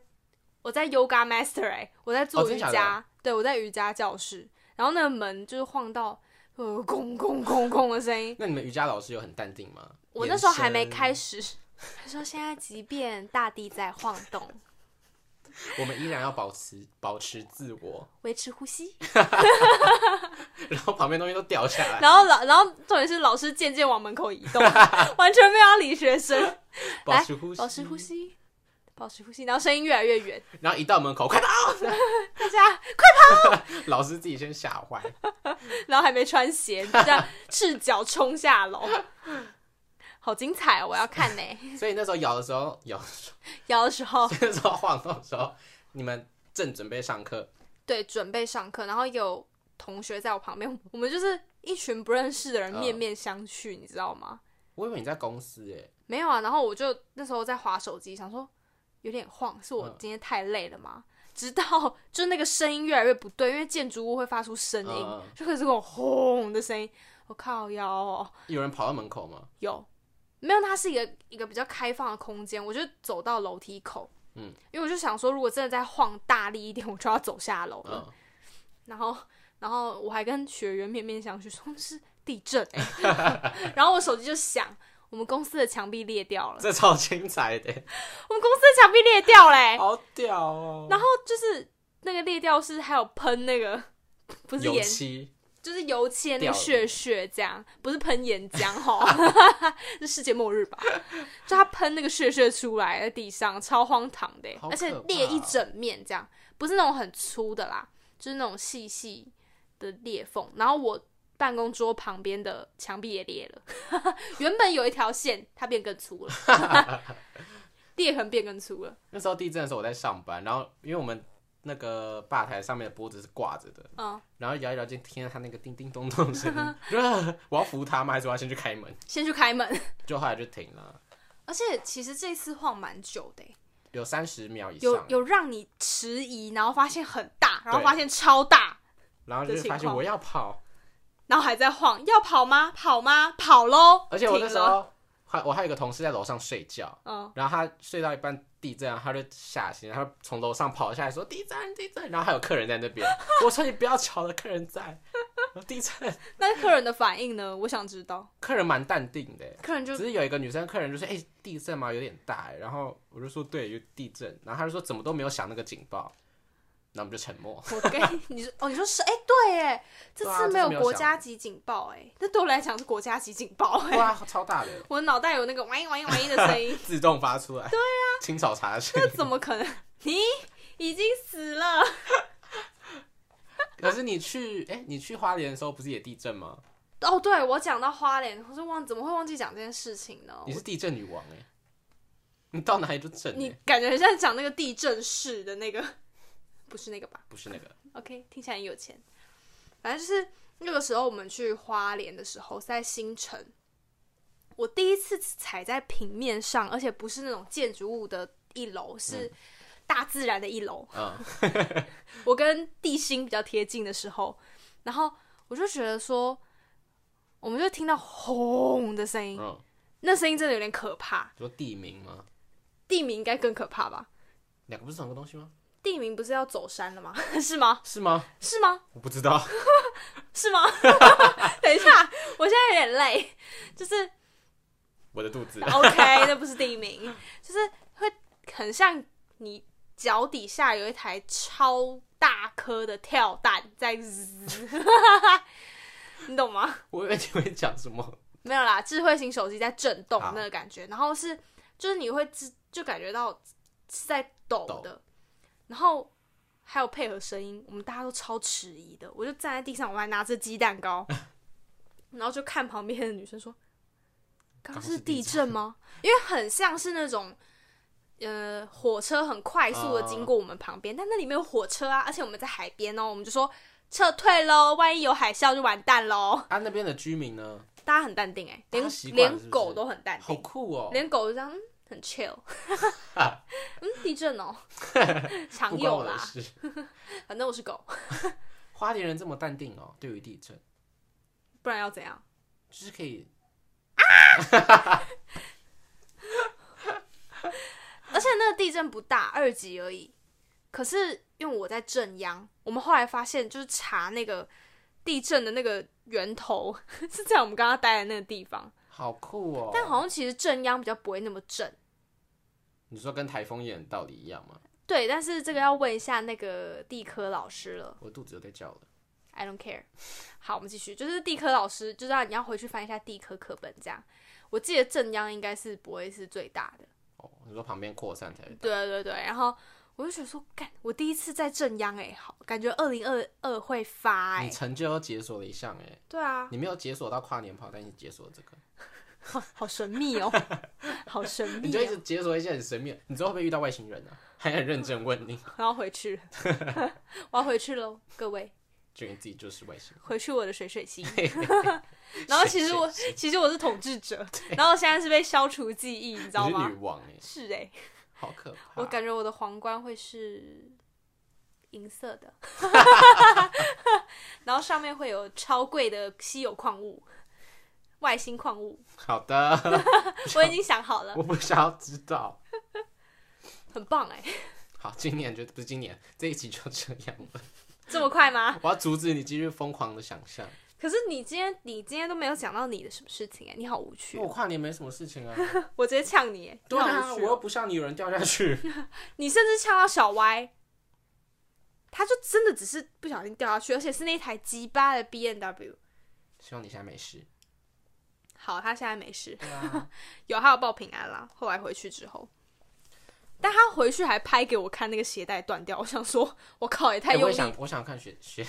S1: 我在 Yoga Master 哎、我在
S2: 哦
S1: 做
S2: 真
S1: 瑜
S2: 的假的
S1: 伽，对我在瑜伽教室，然后那个门就是晃到呃空空空空的声音，
S2: 那你们瑜伽老师有很淡定吗？
S1: 我那时候还没
S2: 眼神
S1: 开始，他说现在即便大地在晃动，
S2: 我们依然要保持 (laughs) 保持自我，
S1: 维持呼吸。
S2: 然后旁边东西都掉下来，
S1: 然后老，然后重点是老师渐渐往门口移动，完全没有要理学生，
S2: 保持呼吸，
S1: 保持呼，吸，保持呼吸，然后声音越来越远，
S2: 然后一到门口，快跑！
S1: 大家，
S2: 老师自己先吓坏，
S1: 然后还没穿鞋，这样赤脚冲下楼。好精彩、哦，我要看呢、
S2: 所以那时候摇的时候摇，
S1: 哦摇的时候，
S2: (laughs) 那时候晃动的时候，你们正准备上课，
S1: (laughs) 对，准备上课，然后有同学在我旁边，我们就是一群不认识的人
S2: 嗯
S1: 面面相觑，你知道吗？
S2: 我以为你在公司诶，
S1: 没有啊，然后我就那时候在划手机，想说有点晃，是我
S2: 嗯
S1: 今天太累了吗？直到 (laughs) 就是那个声音越来越不对，因为建筑物会发出声音，
S2: 嗯嗯
S1: 就会是那种轰的声音。我靠腰、哦，
S2: 有人跑到门口吗？
S1: 有没有？它是一个一个比较开放的空间，我就走到楼梯口，
S2: 嗯，
S1: 因为我就想说，如果真的再晃大力一点，我就要走下楼了。
S2: 嗯，
S1: 然后，然后我还跟学员面面相觑，说是地震、
S2: (laughs)
S1: 欸然后我手机就响，我们公司的墙壁裂掉了，
S2: 这超精彩的，
S1: 我们公司的墙壁裂掉嘞、
S2: 好屌哦！
S1: 哎然后就是那个裂掉是还有喷那个， (laughs) 不是
S2: 油
S1: 眼
S2: 漆，
S1: 就是油漆的那
S2: 掉
S1: 个
S2: 了
S1: 血血，这样不是喷岩浆
S2: (laughs)
S1: 吼，是世界末日吧？就他喷那个血血出来在地上，超荒唐的欸，
S2: 好可怕
S1: 而且裂一整面这样，不是那种很粗的啦，就是那种细细的裂缝。然后我办公桌旁边的墙壁也裂了， (laughs) 原本有一条线，它变更粗了，
S2: (laughs)
S1: 裂痕变更粗了。
S2: 那时候地震的时候我在上班，然后因为我们那个吧台上面的脖子是挂着的，
S1: 嗯，
S2: 然后摇一摇就听到他那个叮叮咚咚的
S1: (laughs)
S2: 声音，热我要扶他吗？还是我要先去开门？
S1: 先去开门，
S2: 就后来就停了，
S1: 而且其实这次晃蛮久的欸、
S2: 有三十秒以
S1: 有
S2: 上，
S1: 有让你迟疑，然后发现很大，然后
S2: 对
S1: 发现超大，
S2: 然后就
S1: 的情
S2: 发现
S1: 况
S2: 我要跑，
S1: 然后还在晃，要跑吗？跑吗？跑喽！
S2: 而且我那
S1: 停
S2: 时
S1: 了，
S2: 候还我还有一个同事在楼上睡觉，
S1: 嗯，
S2: 然后他睡到一半地震，他就吓醒，他就从楼上跑下来说地震地震，然后还有客人在那边，我说你不要吵了，客人在，我说地震，
S1: 那客人的反应呢？我想知道，
S2: 客人蛮淡定的，
S1: 客
S2: (laughs)
S1: 人就
S2: 只是有一个女生客人就说哎、地震嘛有点大，然后我就说对有地震，然后他就说怎么都没有响那个警报，那我们就沉默，
S1: 我跟你说，哦，你说是，哎、对，哎，这
S2: 对啊
S1: 次
S2: 这次
S1: 没有
S2: 没有
S1: 国
S2: 想
S1: 家级警报，哎，那对我来讲是国家级警报，
S2: (laughs)
S1: 哎，
S2: 哇超大的，，
S1: 我脑袋有那个哇音哇音哇音的声音
S2: 自动发出
S1: (laughs)
S2: 来，对啊，清早茶的声
S1: 那
S2: 音，
S1: 怎么可能？你已经死了，
S2: 可是你去哎、你去花莲的时候不是也地震吗？
S1: 哦，对我讲到花莲，我说忘怎么会忘记讲这件事情呢？
S2: 你是地震女王哎、你到哪里都震、
S1: 你
S2: 哎，
S1: 感觉很像讲那个地震式的那个， (laughs) 不是那个吧
S2: 不是那个，
S1: ？OK，听起来很有钱。反正就是那个时候我们去花莲的时候，在新城，我第一次踩在平面上，而且不是那种建筑物的一楼，是大自然的一楼。
S2: 嗯。
S1: 我跟地心比较贴近的时候，然后我就觉得说，我们就听到轰的声音，
S2: 嗯，
S1: 那声音真的有点可怕。
S2: 说地名吗？
S1: 地名应该更可怕吧？
S2: 两个不是同一个东西吗？
S1: 地名不是要走山了吗？ (laughs) 是吗？
S2: 是吗？
S1: 是吗？
S2: 我不知道。
S1: 是吗？ (laughs) 等一下，我现在有点累，就是
S2: 我的
S1: (laughs)
S2: 肚子
S1: OK，那不是地名，就是会很像你脚底下有一台超大颗的跳蛋在滋， (laughs) 你懂吗？
S2: 我以为你会讲什么。
S1: 没有啦，智慧型手机在震动
S2: 好
S1: 那个感觉，然后是就是你会知就感觉到是在抖
S2: 抖
S1: 的，然后还有配合声音，我们大家都超迟疑的。我就站在地上，我还拿着鸡蛋糕，
S2: (laughs)
S1: 然后就看旁边的女生说：“刚刚
S2: 刚是
S1: 是地
S2: 地
S1: 震吗？”因为很像是那种。呃，火车很快速的经过我们旁边，但那里面有火车啊，而且我们在海边哦，我们就说撤退喽，万一有海啸就完蛋喽。
S2: 啊，那边的居民呢？
S1: 大家很淡定哎、
S2: 大家
S1: 连
S2: 习惯了是不
S1: 连
S2: 是
S1: 狗都很淡
S2: 好
S1: 定，
S2: 酷哦！
S1: 连狗就这样嗯很
S2: (laughs)
S1: chill。嗯，地震哦，常
S2: 不关
S1: 有
S2: 我的
S1: 啦，
S2: 事。
S1: 反正我是狗，
S2: 花莲人这么淡定哦，对于地震，
S1: 不然要怎样？
S2: 就是可以
S1: 而且那个地震不大，二级而已。可是因为我在正央，我们后来发现就是查那个地震的那个源头 (laughs) 是在我们刚刚待的那个地方，
S2: 好酷哦。
S1: 但好像其实正央比较不会那么震。
S2: 你说跟台风演的道理一样吗？
S1: 对，但是这个要问一下那个地科老师了。
S2: 我肚子又在叫了。
S1: I don't care。好， (laughs) 我们继续，就是地科老师，就是你要回去翻一下地科课本，这样。我记得正央应该是不会是最大的，
S2: 哦，你说旁边扩散才
S1: 对对对。然后我就觉得说，干，我第一次在正央哎、好，感觉二零二二会发哎、
S2: 你成就又解锁了一项哎，
S1: 对啊，
S2: 嗯你没有解锁到跨年跑，但你解锁了这个，
S1: 好好神秘
S2: (laughs)
S1: 哦，好神
S2: 你
S1: 秘、
S2: 就一直
S1: 哦。
S2: 解锁一些很神秘的。你之后会不会遇到外星人啊？还很认真问你，
S1: 然后回去
S2: (laughs)
S1: 了，我要回去喽，各位，
S2: 觉得你自己就是外星人。
S1: 回去我的水水星。 (laughs) 然后其实我
S2: 水水
S1: 其实我是统治者，然后现在是被消除记忆，你知道
S2: 你是
S1: 吗
S2: 女？王哎，
S1: 是哎、
S2: 好可怕！
S1: 我感觉我的皇冠会是银色
S2: (laughs)
S1: 的， (laughs) 然后上面会有超贵的稀有矿物、外星矿
S2: (laughs)
S1: 物。
S2: 好的，
S1: 我已经想好了，
S2: 我不想要知道。
S1: 很棒哎，
S2: 好，今年就不是今年这一集就这样了。
S1: 这么快吗？
S2: 我要阻止你继续疯狂的想象，
S1: 可是你今天你今天都没有讲到你的什么事情哎，你好无趣
S2: 因为我
S1: 哦，
S2: 跨年没什么事情啊。
S1: 我直接呛你哎，
S2: 对
S1: 你
S2: 啊，
S1: 好无
S2: 我
S1: 趣哦
S2: 又不像你有人掉下
S1: (laughs)
S2: 去。
S1: 你甚至呛到小歪，他就真的只是不小心掉下去，而且是那台鸡巴的 B N W。
S2: 希望你现在没事。
S1: 好，他现在没事，
S2: 对啊，
S1: 有他有报平安啦。后来回去之后，但他回去还拍给我看那个鞋带断掉，我 (laughs) 想说，我靠，也太
S2: 哎
S1: 用
S2: 我也
S1: 力，
S2: 想，我想看学学，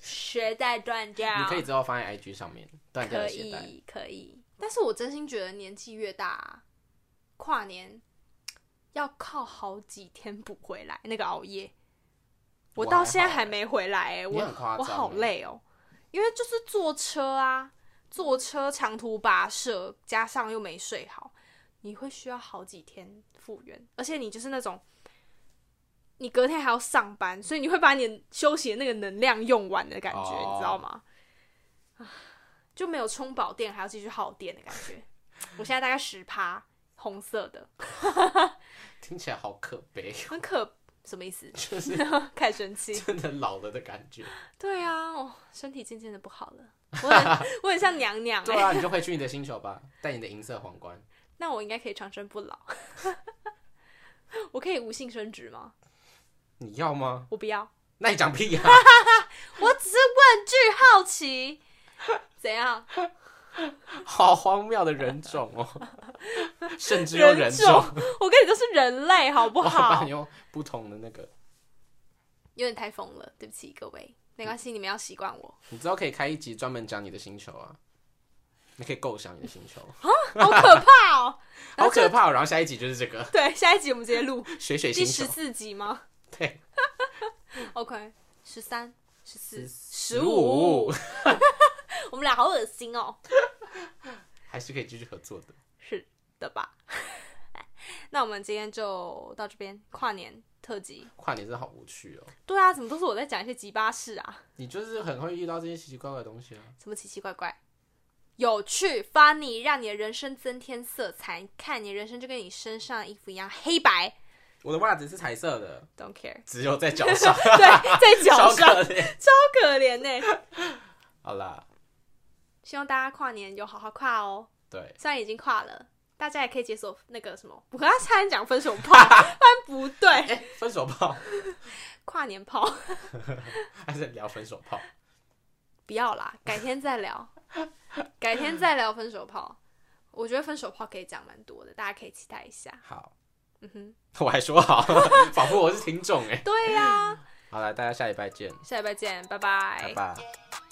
S1: 鞋带断掉，
S2: 你可以之后放在 IG 上面断掉
S1: 啊可
S2: 的鞋带。
S1: 以可以，但是我真心觉得年纪越大啊、跨年要靠好几天补回来那个熬夜。我
S2: 我
S1: 到
S2: 还
S1: 现在
S2: 好
S1: 还
S2: 欸
S1: 没回来、欸，
S2: 你
S1: 我
S2: 很夸张
S1: 我好
S2: 欸
S1: 累哦，因为就是坐车啊，坐车长途跋涉，加上又没睡好，你会需要好几天复原，而且你就是那种。你隔天还要上班，所以你会把你休息的那个能量用完的感觉
S2: 哦
S1: 你知道吗？啊，就没有充饱电，还要继续耗电的感觉。我现在大概十趴，红色的，
S2: 听起来好可悲，
S1: 很可什么意思？
S2: (laughs) 就是
S1: (laughs) 开始生气。
S2: 真的老了的感
S1: (laughs)
S2: 觉。
S1: 对啊，哦，身体渐渐的不好了，我
S2: (laughs)
S1: 很我很像娘娘哎、
S2: 对啊，你就回去你的星球吧， (laughs) 戴你的银色皇冠。
S1: 那我应该可以长生不老。 (laughs) 我可以无性生殖吗？
S2: 你要吗？
S1: 我不要，
S2: 那你讲屁
S1: (laughs)
S2: 啊呀、
S1: 我只是问句好奇，怎样？
S2: 好荒谬的人种哦，
S1: (laughs)
S2: 甚至有人种，
S1: 我跟你都是人类，好不
S2: 我把
S1: 好
S2: 哦你？用不同的那个，
S1: 有点太疯了，对不起各位，没关系，你们要习惯我。
S2: 你之后可以开一集专门讲你的星球啊，你可以构想你的星
S1: (laughs)
S2: 球，
S1: 好可怕哦！然
S2: 好
S1: 后就
S2: 可怕、哦。然后下一集就是这个
S1: 对，下一集我们直接录
S2: 水水
S1: 第
S2: 星
S1: 十
S2: 球，
S1: 四集吗
S2: (laughs) 对，
S1: ？OK，十三、十四、
S2: 十
S1: 十五，，我们俩好恶心哦。
S2: (laughs) 还是可以继续合作的。
S1: 是的吧？ (laughs) 那我们今天就到这边，跨年特辑。
S2: 跨年真的好无趣哦，
S1: 对啊，怎么都是我在讲一些鸡巴事啊，
S2: 你就是很会遇到这些奇奇怪怪的东西啊。
S1: 什么奇奇怪怪。有趣、funny，让你的人生增添色彩。你看你的人生就跟你身上的衣服一样黑白
S2: 我的袜子是彩色的，。
S1: ，don't care
S2: 只有在脚 (laughs) 上，
S1: (laughs) 对，在脚 (laughs)
S2: 超
S1: 上，
S2: 可怜。
S1: 好可怜呢、
S2: 好啦，
S1: 希望大家跨年有好好跨哦。
S2: 对，
S1: 虽然已经跨了，大家也可以解锁那个什么，我刚刚差点讲分手 (laughs) 炮，但不对， (laughs)
S2: 分手炮，
S1: 跨年炮
S2: 还是聊分手炮。
S1: 不要啦，改天再聊，改天再聊分手炮。我觉得分手炮可以讲蛮多的，大家可以期待一下。
S2: 好，
S1: 嗯哼，
S2: 我还说好， (laughs) 仿佛我是听众哎。
S1: 对呀、
S2: 好了，大家下礼拜见，
S1: 下礼拜见，拜
S2: 拜拜。
S3: 拜。